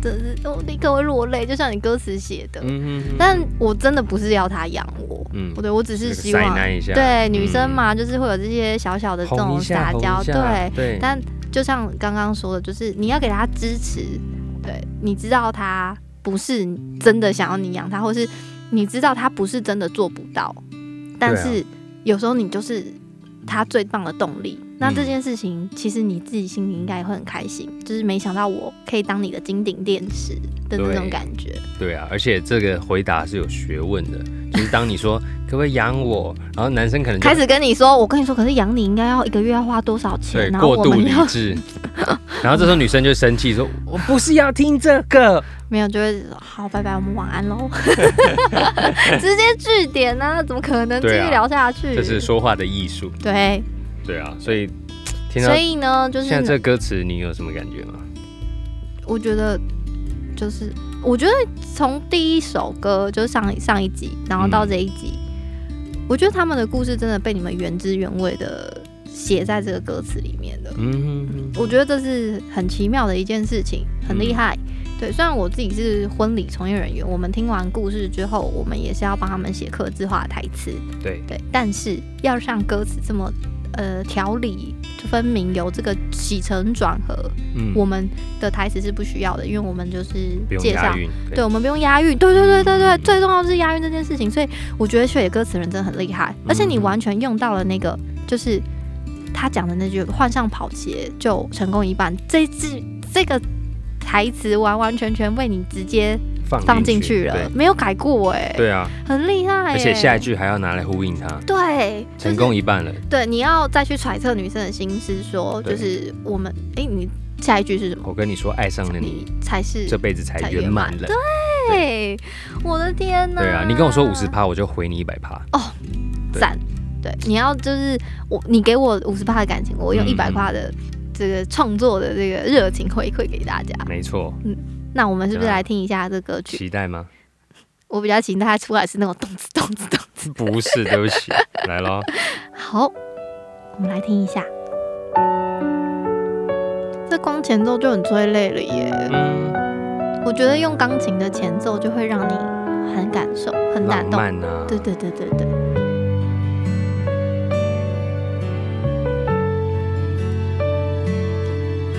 Speaker 1: 就是说真的是我立刻会落泪，就像你歌词写的。
Speaker 2: 嗯哼，
Speaker 1: 但我真的不是要他养我，
Speaker 2: 嗯
Speaker 1: 不对，我只
Speaker 2: 那
Speaker 1: 是
Speaker 2: 个
Speaker 1: 希望
Speaker 2: 塞奶一下
Speaker 1: 对女生
Speaker 2: 嗯
Speaker 1: 嘛，就是会有这些小小的这
Speaker 2: 红
Speaker 1: 种
Speaker 2: 一下
Speaker 1: 撒娇，
Speaker 2: 红一下
Speaker 1: 对。
Speaker 2: 对，
Speaker 1: 但就像刚刚说的，就是你要给他支持，对，你知道他不是真的想要你养他，或是你知道他不是真的做不到，但
Speaker 2: 对啊
Speaker 1: 是有时候你就是他最棒的动力。那
Speaker 2: 嗯
Speaker 1: 这件事情，其实你自己心里应该也会很开心，就是没想到我可以当你的金顶电池的那
Speaker 2: 对
Speaker 1: 种感觉。
Speaker 2: 对啊，而且这个回答是有学问的，就是当你说可不可以养我，然后男生可能就
Speaker 1: 开始跟你说，我跟你说，可是养你应该要一个月要花多少
Speaker 2: 对
Speaker 1: 钱？然后
Speaker 2: 过
Speaker 1: 我
Speaker 2: 度
Speaker 1: 们
Speaker 2: 理
Speaker 1: 要
Speaker 2: 智，然后这时候女生就生气说：“ 我不是要听这个。
Speaker 1: 没有就会说好，拜拜，我们晚安 喽，直接据点啊，怎么可能继
Speaker 2: 对啊
Speaker 1: 续聊下”去？
Speaker 2: 这是说话的艺术，
Speaker 1: 对，
Speaker 2: 对啊，所以听到
Speaker 1: 所以呢，就
Speaker 2: 现在
Speaker 1: 是
Speaker 2: 这歌词，你有什么感觉吗？
Speaker 1: 我觉得，就是我觉得从第一首歌，就是上上一集，然后到这一集，我觉得他们的故事真的被你们原汁原味的写在这个歌词里面的。
Speaker 2: 嗯，
Speaker 1: 我觉得这是很奇妙的一件事情，很厉害。
Speaker 2: 嗯
Speaker 1: 对，虽然我自己是婚礼从业人员，我们听完故事之后，我们也是要帮他们写刻字化的台词，
Speaker 2: 嗯对，
Speaker 1: 对。但是要像歌词这么呃条理分明，有这个起承转合，
Speaker 2: 嗯
Speaker 1: 我们的台词是不需要的，因为我们就是
Speaker 2: 不用
Speaker 1: 介
Speaker 2: 押
Speaker 1: 绍，
Speaker 2: 韵，嗯
Speaker 1: 对，我们不用押韵，对对对对对，最重要的是押韵这件事情，所以我觉得学写歌词的人真的很厉害，
Speaker 2: 嗯
Speaker 1: 而且你完全用到了那个，就是他讲的那句“换上跑鞋就成功一半”，这句这个台词完完全全被你直接
Speaker 2: 放
Speaker 1: 放进去了
Speaker 2: 对，
Speaker 1: 没有改过哎、
Speaker 2: 对啊，
Speaker 1: 很厉害、欸，
Speaker 2: 而且下一句还要拿来呼应它，
Speaker 1: 对
Speaker 2: 成功
Speaker 1: 就是
Speaker 2: 一半了。
Speaker 1: 对，你要再去揣测女生的心思说
Speaker 2: 对
Speaker 1: 就是我们哎、你下一句是什么？
Speaker 2: 我跟你说，爱上了
Speaker 1: 你
Speaker 2: 你，
Speaker 1: 才是
Speaker 2: 这辈子才
Speaker 1: 才
Speaker 2: 圆
Speaker 1: 圆满啊
Speaker 2: 满了。
Speaker 1: 对，我的天呐！
Speaker 2: 对啊，你跟我说五十趴，我就回你一百趴。对
Speaker 1: 赞，对，你要就是我，你给我五十趴的感情，我用
Speaker 2: 嗯
Speaker 1: 一百趴的这个创作的这个热情回馈给大家。
Speaker 2: 没错，
Speaker 1: 那我们是不是
Speaker 2: 对啊
Speaker 1: 来听一下这歌曲？
Speaker 2: 期待吗？
Speaker 1: 我比较期待它出来是那种咚子咚子咚子。
Speaker 2: 不是，对 不起，来咯。
Speaker 1: 好，我们来听一下。这光前奏就很催泪了耶！
Speaker 2: 嗯，
Speaker 1: 我觉得用钢琴的前奏就会让你很感受、很感
Speaker 2: 浪
Speaker 1: 动。
Speaker 2: 漫啊，
Speaker 1: 对对对对对。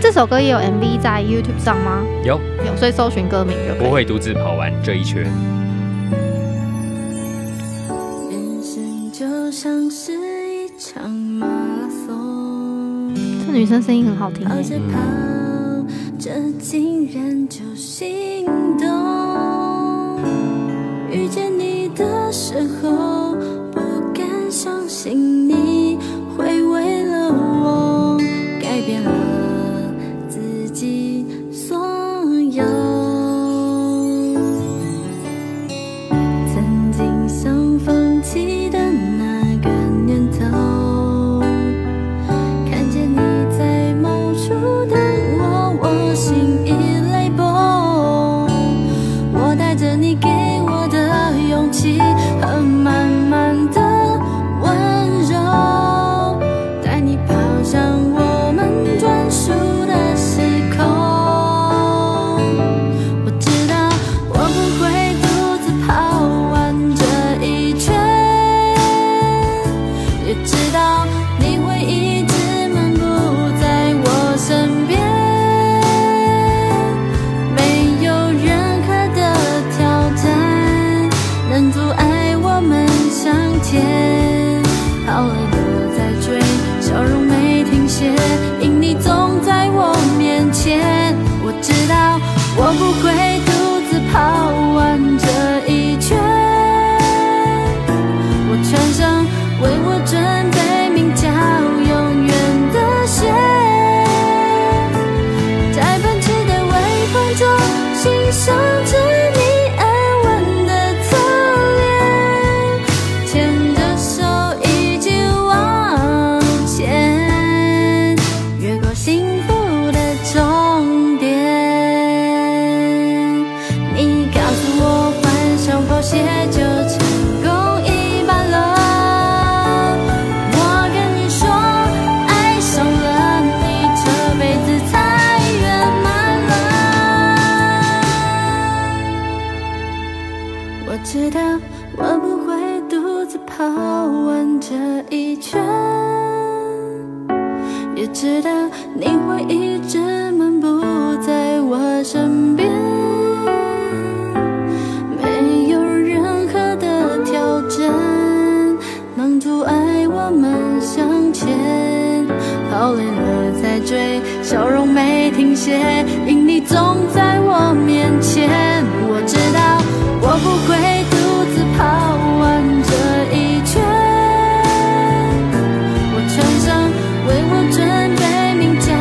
Speaker 1: 这首歌也有 MV 在 YouTube 上吗？
Speaker 2: 有，
Speaker 1: 有，所以搜寻歌名就可以。
Speaker 2: 不会独自跑完这一圈。
Speaker 3: 人生就像是一场马拉松，
Speaker 1: 这女生声音很好听耶欸
Speaker 3: 跑，着跑着竟然就心动。遇见你的时候，不敢相信你会为了我改变了自己所有。曾经想放弃的那个念头，看见你在某处等我，我心已泪崩。我带着你给我的勇气和满满的温柔，带你跑向我们专属的时空。我知道我不会独自跑完这一圈，也知道你会一直漫步在我身边。没有任何的挑战能阻碍我们向前，跑了的在追，笑容没停歇，因你总在我面前。我知道我不会独自跑完这一圈，我全身为我准备名叫永远的线。在奔驰的微风中，欣赏着你安稳的侧脸，牵着手一起往前，越过幸福的终点。你告诉我，幻想破鞋就成功一半了。我跟你说，爱上了你这辈子才圆满了。我知道我不会独自跑完这一圈，也知道你会一直漫步在我身边。没有任何的挑战能阻碍我们向前。跑累了再追，笑容没停歇，因你总在我面前。我知道我不会独自跑完这一圈，我穿上为我准备名叫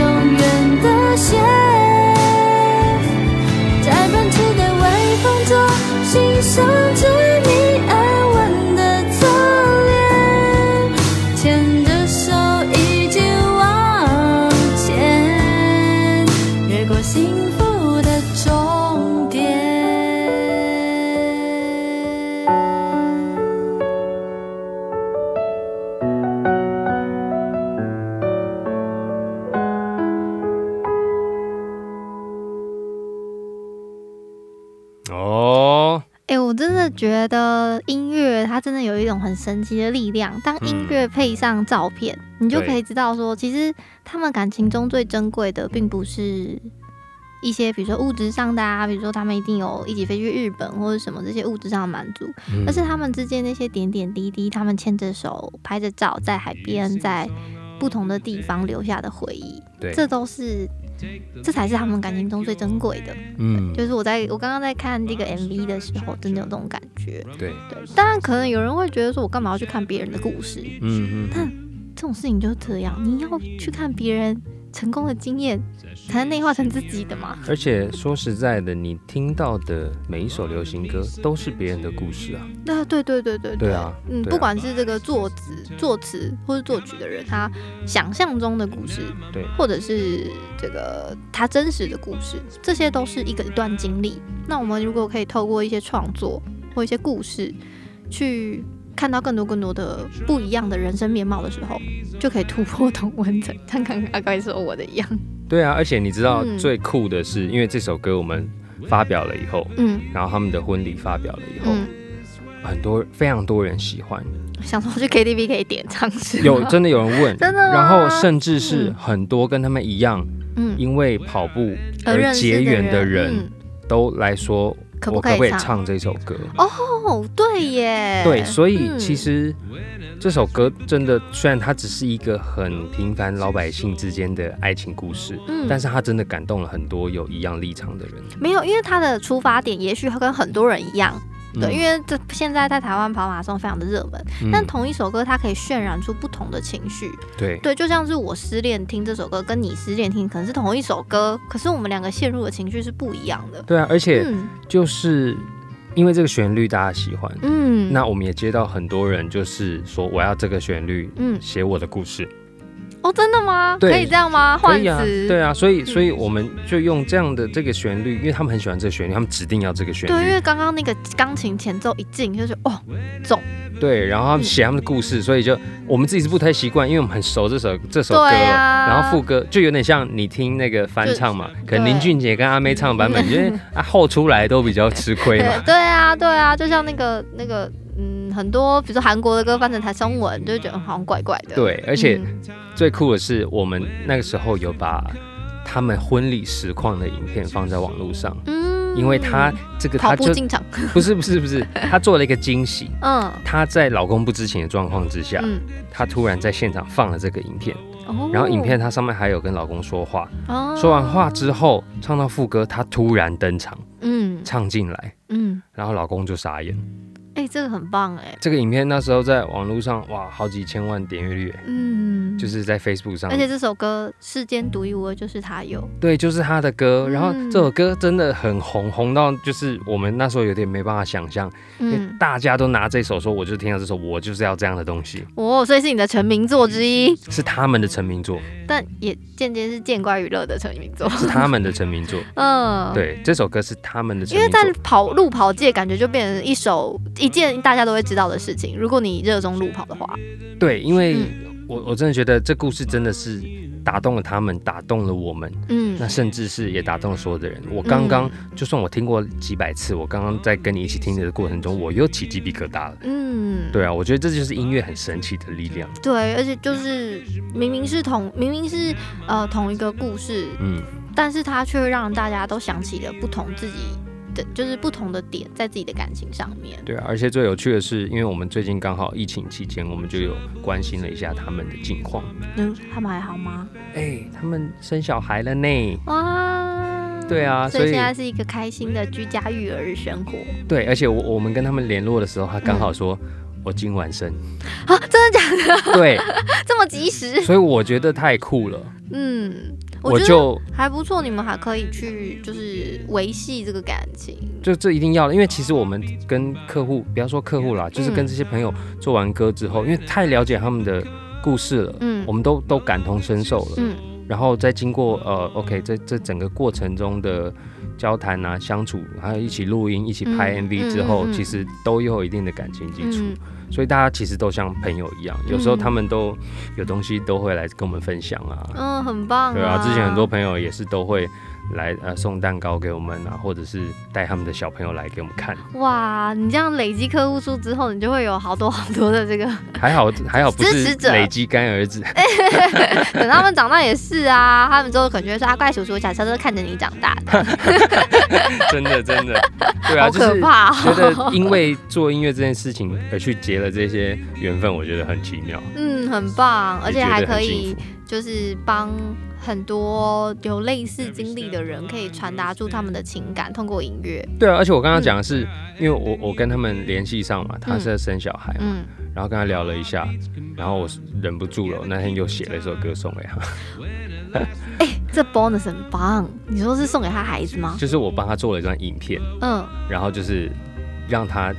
Speaker 3: 永远的鞋。在奔驰的微风中，欣赏着你安稳的侧脸，牵着手一起往前，越过幸福的终点。
Speaker 2: 哦，
Speaker 1: 哎、我真的觉得音乐它真的有一种很神奇的力量。当音乐配上照片，你就
Speaker 2: 对
Speaker 1: 可以知道说，其实他们感情中最珍贵的，并不是一些比如说物质上的啊，比如说他们一定有一起飞去日本或者什么这些物质上的满足，
Speaker 2: 嗯
Speaker 1: 而是他们之间那些点点滴滴，他们牵着手、拍着照，在海边，在不同的地方留下的回忆，
Speaker 2: 对，
Speaker 1: 这都是。这才是他们感情中最珍贵的，
Speaker 2: 嗯，
Speaker 1: 就是我在我刚刚在看这个 MV 的时候，真的有这种感觉。
Speaker 2: 对，
Speaker 1: 对，当然可能有人会觉得说，我干嘛要去看别人的故事？
Speaker 2: 嗯嗯，
Speaker 1: 这种事情就是这样，你要去看别人成功的经验才能内化成自己的嘛。
Speaker 2: 而且说实在的，你听到的每一首流行歌都是别人的故事啊。
Speaker 1: 那对对对对
Speaker 2: 对啊
Speaker 1: 嗯，
Speaker 2: 对啊
Speaker 1: 不管是这个作词、作词或是作曲的人，他想象中的故事，
Speaker 2: 对
Speaker 1: 或者是这个他真实的故事，这些都是一个一段经历。那我们如果可以透过一些创作或一些故事，去看到更多更多的不一样的人生面貌的时候，就可以突破同温 层，像刚刚阿该说我的一样。
Speaker 2: 对啊，而且你知道
Speaker 1: 嗯
Speaker 2: 最酷的是，因为这首歌我们发表了以后，
Speaker 1: 嗯
Speaker 2: 然后他们的婚礼发表了以后，
Speaker 1: 嗯，
Speaker 2: 很多非常多人 喜欢，
Speaker 1: 想说去 KTV 可以点唱嗯是吗
Speaker 2: 有真的有人问，
Speaker 1: 真的吗
Speaker 2: 然后甚至是
Speaker 1: 嗯
Speaker 2: 很多跟他们一样，
Speaker 1: 嗯
Speaker 2: 因为跑步
Speaker 1: 而
Speaker 2: 而
Speaker 1: 哦认识
Speaker 2: 结缘的
Speaker 1: 的
Speaker 2: 人
Speaker 1: 嗯
Speaker 2: 都来说，
Speaker 1: 可
Speaker 2: 我
Speaker 1: 不
Speaker 2: 可
Speaker 1: 可
Speaker 2: 不可以
Speaker 1: 以？
Speaker 2: 唱这首歌？
Speaker 1: 哦，对耶，
Speaker 2: 对，所以
Speaker 1: 嗯
Speaker 2: 其实这首歌真的，虽然它只是一个很平凡老百姓之间的爱情故事，
Speaker 1: 嗯
Speaker 2: 但是它真的感动了很多有一样立场的人。
Speaker 1: 没有，因为他的出发点也许他跟很多人一样，对，
Speaker 2: 嗯
Speaker 1: 因为这现在在台湾跑马拉松非常的热门，
Speaker 2: 嗯
Speaker 1: 但同一首歌它可以渲染出不同的情绪，
Speaker 2: 对
Speaker 1: 对，就像是我失恋听这首歌，跟你失恋听可能是同一首歌，可是我们两个陷入的情绪是不一样的，
Speaker 2: 对啊，而且
Speaker 1: 嗯
Speaker 2: 就是因为这个旋律大家喜欢，
Speaker 1: 嗯，
Speaker 2: 那我们也接到很多人就是说我要这个旋律
Speaker 1: 嗯，
Speaker 2: 写我的故事，
Speaker 1: 哦，真的吗？
Speaker 2: 对
Speaker 1: 可以这样吗？
Speaker 2: 可
Speaker 1: 换
Speaker 2: 以啊，
Speaker 1: 词，嗯
Speaker 2: 对啊，所以所以我们就用这样的这个旋律，因为他们很喜欢这个旋律，他们指定要这个旋
Speaker 1: 对，因
Speaker 2: 律，
Speaker 1: 为刚刚那个钢琴前奏一进，就是哦，
Speaker 2: 对，然后他们
Speaker 1: 嗯
Speaker 2: 写他们的故事，所以就我们自己是不太习惯，因为我们很熟这首这首歌了，
Speaker 1: 对啊
Speaker 2: 然后副歌就有点像你听那个翻唱嘛，可能
Speaker 1: 对
Speaker 2: 林俊杰跟阿妹唱的版本，因为啊后出来都比较吃亏嘛
Speaker 1: 对，对啊，对啊，就像那个那个，嗯，很多比如说韩国的歌翻成台中文，就会觉得好像怪怪的，
Speaker 2: 对，而且
Speaker 1: 嗯。
Speaker 2: 最酷的是，我们那个时候有把他们婚礼实况的影片放在网络上，
Speaker 1: 嗯
Speaker 2: 因为他这个
Speaker 1: 跑
Speaker 2: 他
Speaker 1: 步
Speaker 2: 就
Speaker 1: 进 场，
Speaker 2: 不是不是不是，他做了一个惊喜。
Speaker 1: 嗯
Speaker 2: 他在老公不知情的状况之下，
Speaker 1: 嗯，
Speaker 2: 他突然在现场放了这个影片，
Speaker 1: 哦
Speaker 2: 然后影片它上面还有跟老公说话，
Speaker 1: 哦
Speaker 2: 说完话之后唱到副歌，他突然登场
Speaker 1: 嗯
Speaker 2: 唱进来，
Speaker 1: 嗯，
Speaker 2: 然后老公就傻眼。
Speaker 1: 哎，这个很棒哎，
Speaker 2: 这个影片那时候在网络上哇，好几千万点阅率，
Speaker 1: 嗯，
Speaker 2: 就是是在 Facebook 上
Speaker 1: 而，且这首歌世间独一无二，就是他有，
Speaker 2: 对，就是他的歌。然后
Speaker 1: 嗯
Speaker 2: 这首歌真的很红，红到就是我们那时候有点没办法想象，因为
Speaker 1: 嗯，
Speaker 2: 大家都拿这首说，我就听到这首，我就是要这样的东西，
Speaker 1: 哦，所以是你的成名作之一，
Speaker 2: 是他们的成名作，
Speaker 1: 但也间接是见怪娱乐的成名作，
Speaker 2: 是他们的成名作。
Speaker 1: 嗯，。
Speaker 2: 对，这首歌是他们的成
Speaker 1: 因为
Speaker 2: 名
Speaker 1: 在
Speaker 2: 作。
Speaker 1: 跑路跑界，感觉就变成一首一件大家都会知道的事情。如果你热衷路跑的话，
Speaker 2: 对，因为
Speaker 1: 嗯
Speaker 2: 我我真的觉得这故事真的是打动了他们，打动了我们，
Speaker 1: 嗯，
Speaker 2: 那甚至是也打动了所有的人。我刚刚、就算我听过几百次，我刚刚在跟你一起听的过程中，我又起鸡皮疙瘩了。
Speaker 1: 嗯，
Speaker 2: 对啊，我觉得这就是音乐很神奇的力量。
Speaker 1: 对，而且就是明明是同明明是呃同一个故事，
Speaker 2: 嗯，
Speaker 1: 但是它却让大家都想起了不同自己的，就是不同的点在自己的感情上面。
Speaker 2: 对啊，而且最有趣的是，因为我们最近刚好疫情期间，我们就有关心了一下他们的近况。
Speaker 1: 嗯，他们还好吗？
Speaker 2: 哎，他们生小孩了呢。
Speaker 1: 哇，
Speaker 2: 对啊，
Speaker 1: 所
Speaker 2: 所
Speaker 1: 以
Speaker 2: 以
Speaker 1: 现在是一个开心的居家育儿生活
Speaker 2: 对，而且我我们跟他们联络的时候，他刚好说、
Speaker 1: 嗯
Speaker 2: 我今晚生，
Speaker 1: 啊！真的假的？
Speaker 2: 对，
Speaker 1: 这么及 时？
Speaker 2: 所以我觉得太酷了，
Speaker 1: 嗯，
Speaker 2: 我
Speaker 1: 觉得
Speaker 2: 就
Speaker 1: 还不错，你们还可以去就是维系这个感情。
Speaker 2: 就这一定要了，因为其实我们跟客户，不要说客户啦，就是跟这些朋友做完歌之后，因为太了解他们的故事了，
Speaker 1: 嗯
Speaker 2: 我们都都感同身受了，
Speaker 1: 嗯
Speaker 2: 然后再经过呃，OK，这这整个过程中的交谈啊、相处，还有一起录音、一起拍
Speaker 1: 嗯
Speaker 2: MV
Speaker 1: 嗯
Speaker 2: 之后，
Speaker 1: 嗯嗯
Speaker 2: 其实都有一定的感情基础，
Speaker 1: 嗯，
Speaker 2: 所以大家其实都像朋友一样，有时候
Speaker 1: 嗯
Speaker 2: 他们都有东西都会来跟我们分享啊，
Speaker 1: 嗯，很棒、
Speaker 2: 对啊，之前很多朋友也是都会来呃送蛋糕给我们啊，或者是带他们的小朋友来给我们看，
Speaker 1: 哇，你这样累积客户数之后，你就会有好多好多的这个，
Speaker 2: 还好还好不
Speaker 1: 支
Speaker 2: 是
Speaker 1: 持者
Speaker 2: 累积干儿子，
Speaker 1: 等他们长大也是啊，他们之后可能就会说阿怪叔叔，我小时候都看着你长大的，
Speaker 2: 真的真的，对啊，
Speaker 1: 好
Speaker 2: 就是
Speaker 1: 可怕、
Speaker 2: 觉
Speaker 1: 哦。
Speaker 2: 得因为做音乐这件事情而去结了这些缘分，我觉得很奇妙，
Speaker 1: 嗯，很棒，而且
Speaker 2: 也觉得
Speaker 1: 还可
Speaker 2: 很幸
Speaker 1: 以
Speaker 2: 福
Speaker 1: 就是帮很多有类似经历的人，可以传达出他们的情感，通过音乐。
Speaker 2: 对啊，而且我刚刚讲的是，因为我我跟他们联系上嘛，他是在生小孩嘛，
Speaker 1: 嗯嗯，
Speaker 2: 然后跟他聊了一下，然后我忍不住了，我那天又写了一首歌送给他，
Speaker 1: 这 bonus 很棒，你说是送给他孩子吗？
Speaker 2: 就是我帮他做了一段影片，
Speaker 1: 嗯，
Speaker 2: 然后就是让他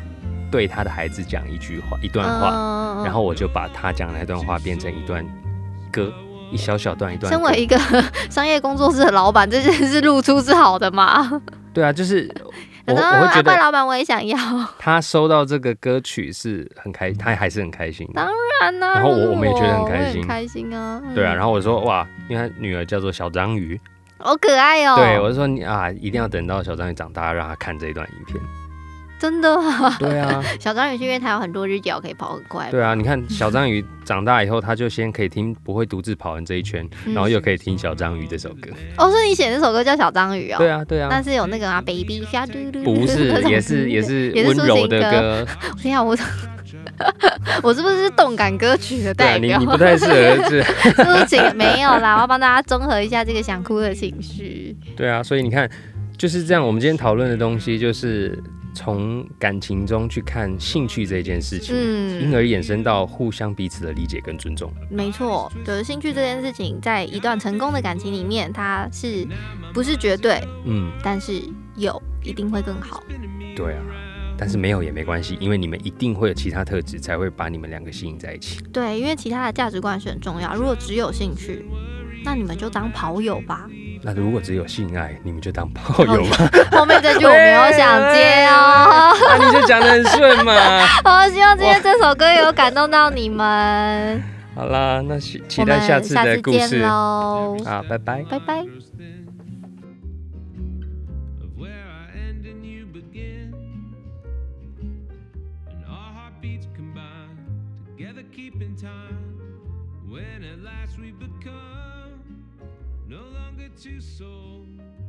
Speaker 2: 对他的孩子讲一句话、一段话，
Speaker 1: 嗯
Speaker 2: 然后我就把他讲的那段话变成一段歌，一小小段一段歌。
Speaker 1: 身 为一个商业工作室的老板，这件事露出是好的嘛？
Speaker 2: 对 啊，就是我
Speaker 1: 然后
Speaker 2: 我会觉
Speaker 1: 阿怪
Speaker 2: 得
Speaker 1: 老板我也想要，
Speaker 2: 他收到这个歌曲是很开，他还是很开心的。
Speaker 1: 然呢、
Speaker 2: 然后我我们也觉得很
Speaker 1: 我
Speaker 2: 开
Speaker 1: 也
Speaker 2: 心
Speaker 1: 开心啊，嗯
Speaker 2: 对啊，然后我说哇，因为他女儿叫做小章鱼，
Speaker 1: 好可爱哦、
Speaker 2: 对我就说你啊，一定要等到小章鱼长大，让他看这一段影 片。
Speaker 1: 真的啊，
Speaker 2: 对啊，
Speaker 1: 小章鱼是因为它有很多只脚可以跑很快，
Speaker 2: 对啊，你看小章鱼长大以后，他就先可以听不会独自跑完这一圈，
Speaker 1: 嗯
Speaker 2: 然后又可以听小章鱼这首歌。
Speaker 1: 哦，所以你写那首歌叫小章鱼哦、
Speaker 2: 对啊，对
Speaker 1: 但
Speaker 2: 啊，
Speaker 1: 是有那个啊，baby 虾嘟嘟，
Speaker 2: 不是，也是也。是
Speaker 1: 也是
Speaker 2: 温
Speaker 1: 抒
Speaker 2: 柔
Speaker 1: 情
Speaker 2: 的 歌。
Speaker 1: 天啊，我我是不是动感歌曲的
Speaker 2: 对啊，
Speaker 1: 代
Speaker 2: 你
Speaker 1: 表
Speaker 2: 你？不太适合是。
Speaker 1: 抒情没有啦，我要帮大家综合一下这个想哭的情绪。
Speaker 2: 对啊，所以你看就是这样。我们今天讨论的东西就是从感情中去看兴趣这件事情，因
Speaker 1: 嗯，
Speaker 2: 而衍生到互相彼此的理解跟尊重。
Speaker 1: 没错，就是兴趣这件事情，在一段成功的感情里面，它是不是绝对？
Speaker 2: 嗯，
Speaker 1: 但是有一定会更好。
Speaker 2: 对啊。但是没有也没关系，因为你们一定会有其他特质，才会把你们两个吸引在一起。
Speaker 1: 对，因为其他的价值观是很重要。如果只有兴趣，那你们就当跑友吧。
Speaker 2: 那如果只有性爱，你们就当炮
Speaker 1: 哦
Speaker 2: 友吧。
Speaker 1: 后面这句我没有想接哦。
Speaker 2: 那、你就讲的很顺嘛。
Speaker 1: 好，希望今天这首歌有感动到你们。
Speaker 2: 好啦，那期期
Speaker 1: 我
Speaker 2: 待
Speaker 1: 们
Speaker 2: 下次的故
Speaker 1: 下次
Speaker 2: 事
Speaker 1: 见喽，
Speaker 2: 啊，拜拜。
Speaker 1: 拜拜。
Speaker 4: of where I end and you begin. And our heartbeats combine, together keeping time. When at last we become no longer two souls,